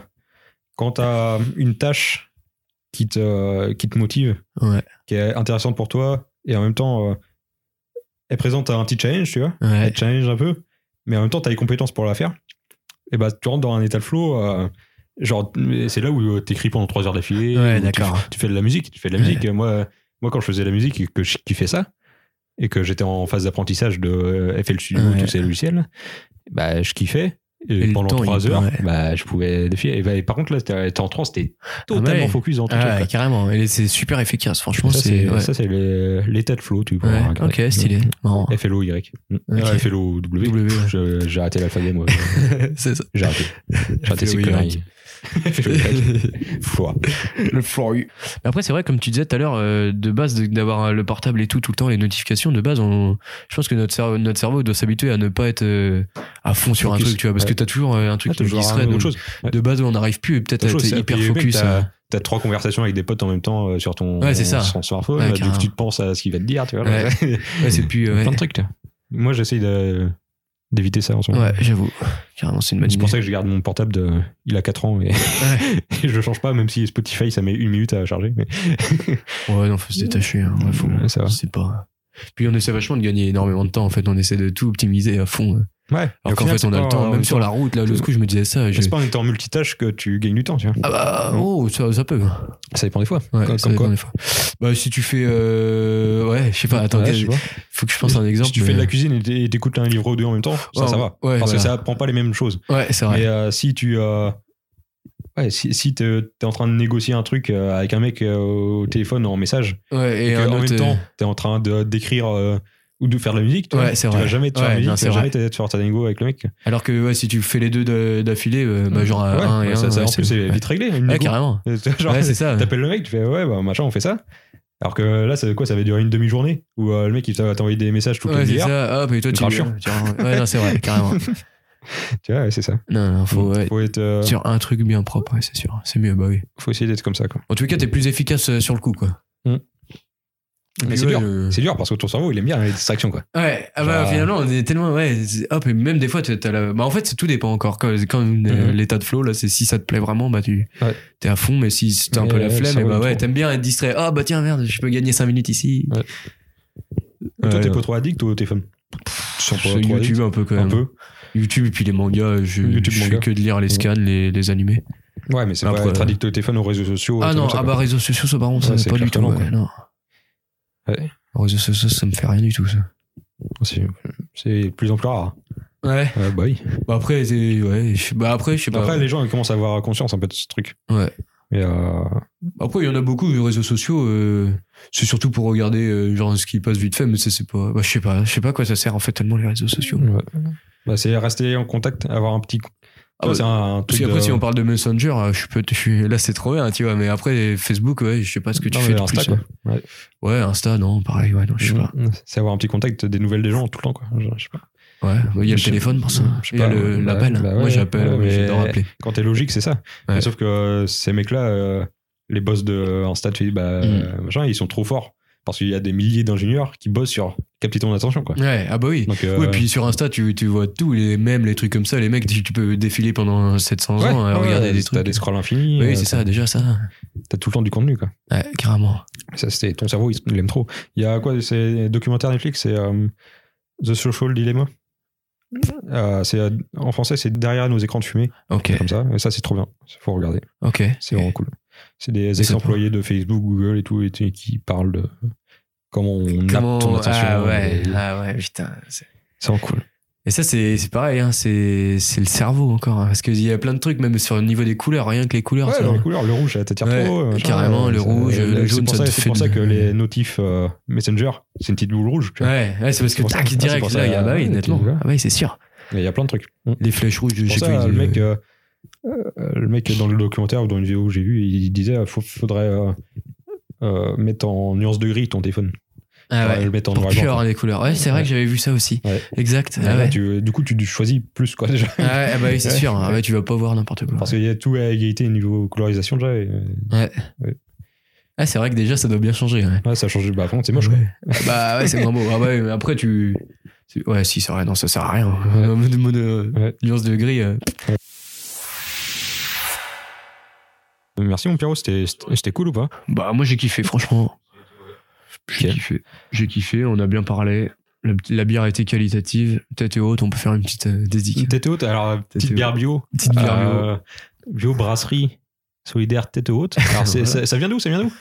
A: quand t'as euh, une tâche qui te, euh, qui te motive,
B: ouais,
A: qui est intéressante pour toi, et en même temps, euh, elle présente un petit challenge, tu vois.
B: ouais.
A: elle te challenge un peu, mais en même temps, tu as les compétences pour la faire. Et bah, tu rentres dans un état de flow. euh, genre, mais c'est là où tu écris pendant 3 heures d'affilée.
B: Ouais,
A: où tu
B: d'accord.
A: fais- Tu, fais de la musique. Tu fais de la
B: Ouais.
A: musique. Et Moi, moi, quand je faisais de la musique et que je kiffais ça, et que j'étais en phase d'apprentissage de euh, FL Studio,
B: Ouais.
A: tous ces logiciels, bah, je kiffais. Et,
B: Et le
A: pendant
B: temps, il
A: 3
B: est pas-
A: heures,
B: ouais.
A: bah, je pouvais défier. Et, bah, et par contre, là, t'es t'es en transe, t'es totalement
B: ouais.
A: focus dans ton
B: Ah,
A: truc. quoi.
B: carrément. Et c'est super efficace, franchement.
A: Ça,
B: C'est.
A: c'est
B: ouais.
A: ça, Mm. c'est le- l'état de flow. Tu hein, peux
B: Ouais,
A: avoir regardé.
B: Ok, stylé.
A: (laughs)
B: Marrant.
A: FLO Y.
B: Ok.
A: Ouais, FLO W.
B: W, ouais.
A: Je- J'ai arrêté l'alphabet, moi.
B: c'est ça.
A: J'ai
B: (laughs)
A: arrêté. J'ai arrêté ces
B: FLO Y.
A: conneries. FLO
B: (laughs)
A: Y. Foi.
B: Le floru. Après, c'est vrai, comme tu disais tout à l'heure, euh, de base, de- d'avoir euh, le portable et tout, tout le temps, les notifications, de base, on... je pense que notre cerveau, notre cerveau doit s'habituer à ne pas être euh, à fond sur un
A: Focus.
B: truc, tu vois, parce
A: Ouais.
B: que t'as toujours euh, un
A: Ah,
B: truc qui
A: toujours
B: nous distrait.
A: un autre
B: donc
A: chose. Ouais.
B: De base, on n'arrive plus et peut-être
A: Autre
B: à être
A: chose, c'est-
B: hyper
A: puis, mec,
B: focus. euh.
A: T'as t'as trois conversations avec des potes en même temps euh, sur ton
B: Ouais, c'est ça.
A: sur ton smartphone.
B: Ouais,
A: donc
B: carrément.
A: tu te penses à ce qu'il va te dire, tu vois.
B: Ouais. Ouais, c'est plus. euh, (laughs)
A: (laughs)
B: ouais.
A: Plein de trucs, tu vois. Moi, j'essaye de- d'éviter ça en ce moment.
B: Ouais, Bah, j'avoue. Carrément, c'est une bonne
A: C'est
B: idée.
A: pour ça que je garde mon portable de. Il a 4 ans et, (laughs) et je change pas, même si Spotify ça met une minute à charger. Mais...
B: Ouais, non, faut se détacher. hein. Ouais, faut,
A: Ouais, ça va.
B: c'est pas. Puis on essaie vachement de gagner énormément de temps, en fait. On essaie de tout optimiser à fond. hein.
A: Ouais. Et au
B: Alors qu'en
A: final,
B: fait, on
A: c'est
B: a
A: pas
B: le temps,
A: en
B: même sur la route, là, le coup, je me disais ça. je-
A: C'est pas en étant multitâche que tu gagnes du temps, tu vois.
B: Ah bah, oh, ça, ça peut.
A: Ça dépend des fois.
B: Ouais,
A: comme
B: ça
A: comme
B: dépend
A: quoi.
B: des fois. Bah, si tu fais. euh, Ouais, je sais pas, attends,
A: Ouais,
B: quel-
A: je vois.
B: faut que je pense à un exemple.
A: si tu
B: mais-
A: fais de la cuisine et t- et t'écoutes un livre ou deux en même temps, ça,
B: Ouais,
A: ça va.
B: ouais,
A: parce
B: voilà.
A: que ça apprend pas les mêmes choses.
B: Ouais, c'est vrai.
A: Mais euh, si tu. euh, ouais, si, si t'es t'es en train de négocier un truc euh, avec un mec euh, au téléphone en message,
B: Ouais,
A: et,
B: et
A: que,
B: un
A: en
B: autre,
A: même
B: euh,
A: temps, t'es en train de- d'écrire euh, ou de faire de la musique, tu, vois,
B: Ouais,
A: tu
B: c'est vrai.
A: vas jamais te faire
B: Ouais,
A: la musique,
B: non,
A: tu
B: c'est
A: vas
B: vrai.
A: jamais te te faire ta négo avec le mec.
B: Alors que ouais, si tu fais les deux de- d'affilée, euh, bah, genre
A: Ouais,
B: un
A: ouais,
B: et un.
A: ça- ça-
B: ouais,
A: en plus, c'est vite réglé. une
B: Ouais,
A: négo.
B: carrément.
A: (laughs) Genre,
B: ouais, c'est ça.
A: T'appelles le mec, tu fais ouais, bah machin, on fait ça. Alors que là, c'est quoi Ça va durer une demi-journée où euh, le mec il t'a t'a envoyé des messages toutes
B: Ouais,
A: les
B: c'est
A: heures.
B: ça. Hop, et toi, tu
A: Grave
B: tu-
A: chiant.
B: tu- Ouais, non, c'est vrai, carrément.
A: Tu vois, ouais, c'est ça.
B: Non, non, faut, ouais,
A: Faut être, euh,
B: sur un truc bien propre, ouais, c'est sûr. C'est mieux, bah oui.
A: faut essayer d'être comme ça. Quoi.
B: En tout cas, t'es plus efficace euh, sur le coup, quoi.
A: Hum.
B: Et
A: Mais
B: puis,
A: c'est
B: ouais,
A: dur.
B: le-
A: C'est dur parce que ton cerveau il aime bien les distractions quoi.
B: Ouais, ah bah,
A: Genre, euh,
B: finalement, on est tellement. Ouais, c'est- hop, et même des fois, t'as t'as la. Bah, en fait, c'est- tout dépend encore. Quand, quand euh,
A: Mhm.
B: l'état de flow, là, c'est si ça te plaît vraiment, bah, tu
A: Ouais.
B: t'es à fond, mais si t'as un
A: Mais,
B: peu la
A: ouais,
B: flemme,
A: ça
B: et
A: vaut
B: bah,
A: le
B: ouais,
A: tour.
B: t'aimes bien être distrait. Ah, bah, tiens, merde, je peux gagner 5 minutes ici.
A: Ouais.
B: Ouais,
A: Toi, t'es
B: ouais.
A: pas trop addict au téléphone Tu sens pas
B: Sur
A: trop
B: YouTube,
A: addict
B: un peu quand même.
A: Un peu.
B: YouTube, et puis les mangas, je,
A: YouTube,
B: je fais
A: manga.
B: que de lire les scans, les, les animés.
A: Ouais, mais c'est
B: Après,
A: pas être
B: euh,
A: addict au téléphone, aux réseaux sociaux.
B: ah
A: tout
B: non,
A: comme ça,
B: ah
A: quoi.
B: bah, réseaux sociaux, ça, par contre,
A: Ouais,
B: ça,
A: c'est
B: pas du tout.
A: clair que non,
B: ouais,
A: quoi.
B: non.
A: Ouais.
B: Réseaux sociaux, ça me fait rien du tout, ça.
A: C'est- C'est de plus en plus rare.
B: Ouais.
A: Ouais, bah oui.
B: Bah, après, c'est- ouais, je- bah, après, je sais pas.
A: Après, les gens ils commencent à avoir conscience un peu de ce truc.
B: Ouais.
A: Mais euh,
B: Après, il y en a beaucoup, les réseaux sociaux, euh, c'est surtout pour regarder euh, genre ce qui passe vite fait, mais ça, c'est pas. Bah, je sais pas, je sais pas à quoi ça sert en fait tellement les réseaux sociaux.
A: ouais. Bah, c'est rester en contact, avoir un petit.
B: Ah
A: Ça,
B: bah,
A: c'est un, un
B: Parce
A: truc.
B: qu'après,
A: de-
B: si on parle de Messenger, euh, je peux, je suis, là c'est trop bien, tu vois, mais après, Facebook, ouais, je sais pas ce que tu
A: Non,
B: fais
A: mais
B: de
A: Insta,
B: plus.
A: quoi. Ouais.
B: Ouais, Insta, non, pareil, ouais, non, je sais pas.
A: Mm, C'est avoir un petit contact des nouvelles des gens tout le temps, quoi. Je, je sais pas.
B: Ouais, bah, il y a le
A: Je sais-
B: téléphone pour ça.
A: je sais
B: Il y a
A: pas,
B: le-
A: ouais,
B: l'appel.
A: bah
B: Moi,
A: ouais,
B: j'appelle, euh,
A: ouais,
B: mais
A: mais-
B: j'adore appeler.
A: Quand t'es logique, c'est ça.
B: Ouais.
A: Mais Sauf que euh, ces mecs-là, euh, les boss de euh, Insta, tu dis, bah,
B: Mm.
A: euh, machin, ils sont trop forts. Parce qu'il y a des milliers d'ingénieurs qui bossent sur capter ton attention, quoi.
B: Ouais, ah bah oui.
A: Donc, euh,
B: Ouais, puis sur Insta, tu, tu vois tout, les mêmes, les trucs comme ça. Les mecs, tu tu peux défiler pendant 700
A: ouais,
B: ans à
A: ouais,
B: euh, regarder des
A: T'as
B: trucs.
A: des scrolls infinis. euh,
B: oui, c'est ça, déjà ça.
A: T'as tout le temps du contenu, quoi.
B: Ouais, carrément.
A: Ça, c'était ton cerveau, il il aime trop. Il y a quoi C'est documentaire Netflix, c'est euh, The Social Dilemma. Euh, c'est, euh, en français, c'est derrière nos écrans de fumée,
B: Ok,
A: comme ça. Et ça, c'est trop bien. Faut regarder.
B: ok.
A: C'est vraiment cool. C'est des
B: c'est
A: ex-employés de Facebook, Google et tout, et tu- qui parlent de comment on
B: Comment
A: nappe ton attention. euh,
B: Ah ouais,
A: et-
B: ah ouais, putain. c'est-
A: C'est vraiment cool.
B: Et ça, c'est c'est pareil, hein, c'est c'est le cerveau encore. hein, parce qu'il y a plein de trucs, même sur le niveau des couleurs, rien que les couleurs.
A: Ouais,
B: ça-
A: dans les couleurs, le rouge, ça t'attire
B: Ouais,
A: trop. euh, machin,
B: carrément, le
A: ça-
B: rouge, le
A: c'est
B: jaune,
A: pour
B: ça
A: ça-
B: te fait
A: C'est pour ça
B: de-
A: que les notifs euh, Messenger, c'est une petite boule rouge. tu vois.
B: Ouais, ouais, c'est parce que
A: pour ça-
B: tac,
A: ouais, c'est
B: direct,
A: pour
B: là,
A: ça,
B: il y a, bah oui,
A: ouais,
B: nettement.
A: tu vois.
B: Ah oui, c'est sûr.
A: Et Il y a plein de trucs. Mm.
B: Les flèches rouges, j'ai
A: Pour ça,
B: cru,
A: le
B: ils-
A: mec, euh, euh, le mec dans le documentaire ou dans une vidéo que j'ai vue, il disait euh, faut- faudrait euh, euh, mettre en nuance de gris ton téléphone.
B: Ah
A: Faudrait
B: ouais.
A: le mettre en
B: Pour
A: noir et
B: plus
A: blanc,
B: avoir des couleurs. Ouais, c'est vrai
A: Ouais.
B: que j'avais vu ça aussi.
A: Ouais.
B: Exact.
A: quoi.
B: Ah
A: Et là,
B: ouais.
A: tu- du coup, tu choisis plus quoi déjà.
B: Ah ouais, ah bah oui, c'est
A: Ouais.
B: sûr. Ah ouais, tu vas pas voir n'importe quoi.
A: Parce qu'il y a tout à égalité niveau colorisation déjà. et, euh,
B: Ah, c'est vrai que déjà, ça doit bien changer. Ouais.
A: ouais, ça change. Bah, par contre, c'est moche.
B: Ouais. Ah bah ouais, c'est moins beau. Ah bah ouais, mais après, tu. c'est- Ouais, si, c'est vrai, non, ça sert à rien. En mode- mode, euh,
A: Ouais.
B: Nuance de gris. euh,
A: quoi. Merci, mon Pierrot. C'était c'était- c'était cool ou pas
B: Bah moi j'ai kiffé franchement. J'ai
A: Ok.
B: kiffé. J'ai kiffé, on a bien parlé. La, la bière a été qualitative, tête est haute, on peut faire une petite euh, dédicace.
A: Tête haute. Alors, petite
B: Tête
A: bière bio.
B: Petite bière bio.
A: Euh, bio brasserie solidaire tête
B: (laughs)
A: haute. Alors, c'est-
B: Voilà.
A: ça, ça vient d'où Ça vient d'où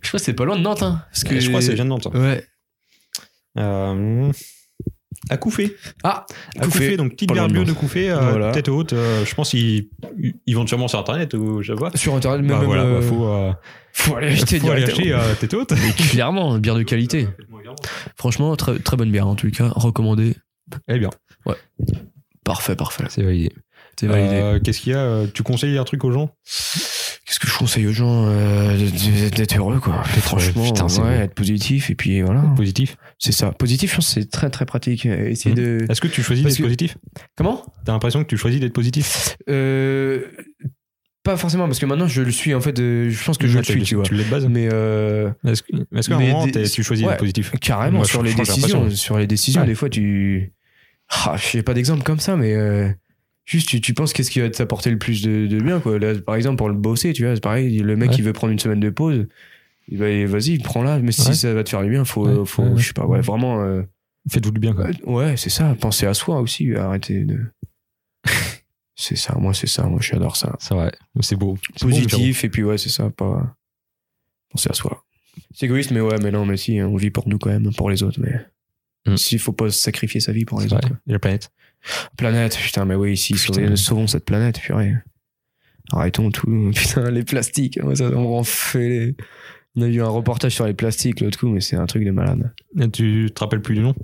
B: Je crois que c'est pas loin de Nantes hein, parce que
A: Eh, Je crois que ça vient de Nantes. ça.
B: Ouais.
A: Euh, à Couffé.
B: Ah,
A: À
B: Couffé,
A: Couffé, donc petite
B: pas
A: bière
B: loin de
A: bio de
B: Nantes.
A: Couffé, euh,
B: Voilà.
A: tête haute. euh, je pense qu'ils ils vendent sûrement sur internet ou je sais pas.
B: Sur internet
A: Bah,
B: même
A: voilà,
B: euh,
A: bah, faut,
B: (laughs)
A: euh,
B: faut aller acheter
A: faut aller acheter
B: directement.
A: euh, tête haute.
B: Mais clairement, bière de qualité. Franchement, très, très bonne bière en tout cas, recommandée.
A: Eh bien,
B: Parfait, parfait.
A: c'est validé.
B: C'est validé.
A: Euh, Qu'est-ce qu'il y a euh, Tu conseilles un truc aux gens
B: Qu'est-ce que je conseille aux gens euh, d'être d'être heureux quoi. Franchement,
A: putain, c'est
B: ouais,
A: beau.
B: être positif et puis voilà.
A: Positif.
B: C'est ça. Positif, je pense que c'est très très pratique. Euh, Essayer
A: Mhm.
B: de
A: Est-ce que tu choisis
B: Parce
A: d'être
B: que-
A: positif
B: Comment
A: T'as l'impression que tu choisis d'être positif
B: Euh, pas forcément parce que maintenant je le suis en fait euh, je pense que je
A: Ouais,
B: le suis
A: t'as-
B: tu vois
A: Tu l'es de base
B: mais euh,
A: Est-ce que- est-ce qu'à un
B: Mais
A: moment,
B: des-
A: t'es- tu choisis
B: ouais.
A: d'être positif
B: carrément
A: Moi,
B: sur,
A: je-
B: les
A: je crois que j'ai
B: décisions
A: l'impression.
B: sur les décisions
A: Ouais.
B: des fois tu ah, j'ai pas d'exemple comme ça mais euh, juste tu, tu penses qu'est-ce qui va t'apporter le plus de, de bien quoi Là, par exemple pour le bosser tu vois c'est pareil le mec
A: Ouais.
B: qui veut prendre une semaine de pause il va- vas-y prends la mais si
A: Ouais.
B: ça va te faire du bien faut
A: Ouais,
B: faut
A: ouais, ouais.
B: je sais pas ouais vraiment euh,
E: Faites-vous du bien, quoi.
B: Ouais, ouais, c'est ça. Pensez à soi aussi.
A: (laughs)
B: Arrêtez de. c'est ça. Moi, c'est ça. Moi, j'adore ça.
E: C'est vrai. C'est beau. C'est beau, Véro.
B: Positif. et puis, ouais, c'est ça. Pas. Penser à soi. C'est égoïste, mais ouais, mais non, mais si, hein, on vit pour nous quand même, pour les autres. Mais.
E: Mm.
B: S'il faut pas sacrifier sa vie pour les
E: C'est
B: autres.
E: vrai. Et la planète.
B: Planète, putain, mais oui, si,
E: Putain.
B: sauvez- sauvons cette planète, purée. Arrêtons tout, (laughs) putain, les plastiques, moi, ça, on en fait les... On a eu un reportage sur les plastiques l'autre coup, mais c'est un truc de malade.
A: Et Tu te rappelles plus du nom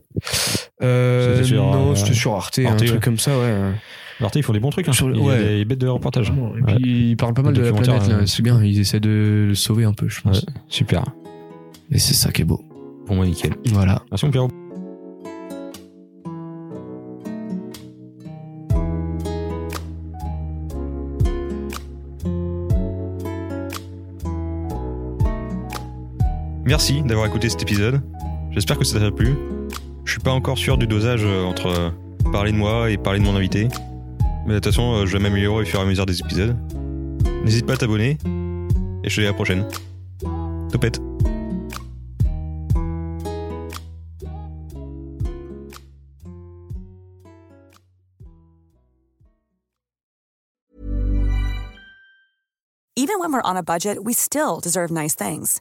B: Euh,
A: C'était sur,
B: non,
A: euh,
B: c'était sur Arte,
A: Arte,
B: un truc
A: ouais.
B: comme ça, ouais.
A: Arte, ils font des bons trucs. Hein.
B: Sur le-
A: Il y a
B: ouais.
A: des bêtes de reportage.
F: Et puis ils parlent pas mal
A: Le
F: de la
A: documentaire,
F: planète, là.
A: euh,
F: C'est bien, ils essaient de le sauver un peu, je pense.
A: Ouais. Super.
F: Et c'est ça qui est beau.
A: Pour moi, nickel.
F: Voilà.
A: Merci, mon Pierrot. Merci d'avoir écouté cet épisode. J'espère que ça t'a plu. Je suis pas encore sûr du dosage euh, entre euh, parler de moi et parler de mon invité. Mais de toute façon, euh, je vais m'améliorer au fur et à mesure des épisodes. N'hésite pas à t'abonner. Et je te dis à la prochaine. Topette.
G: Even when we're on a budget, we still deserve nice things.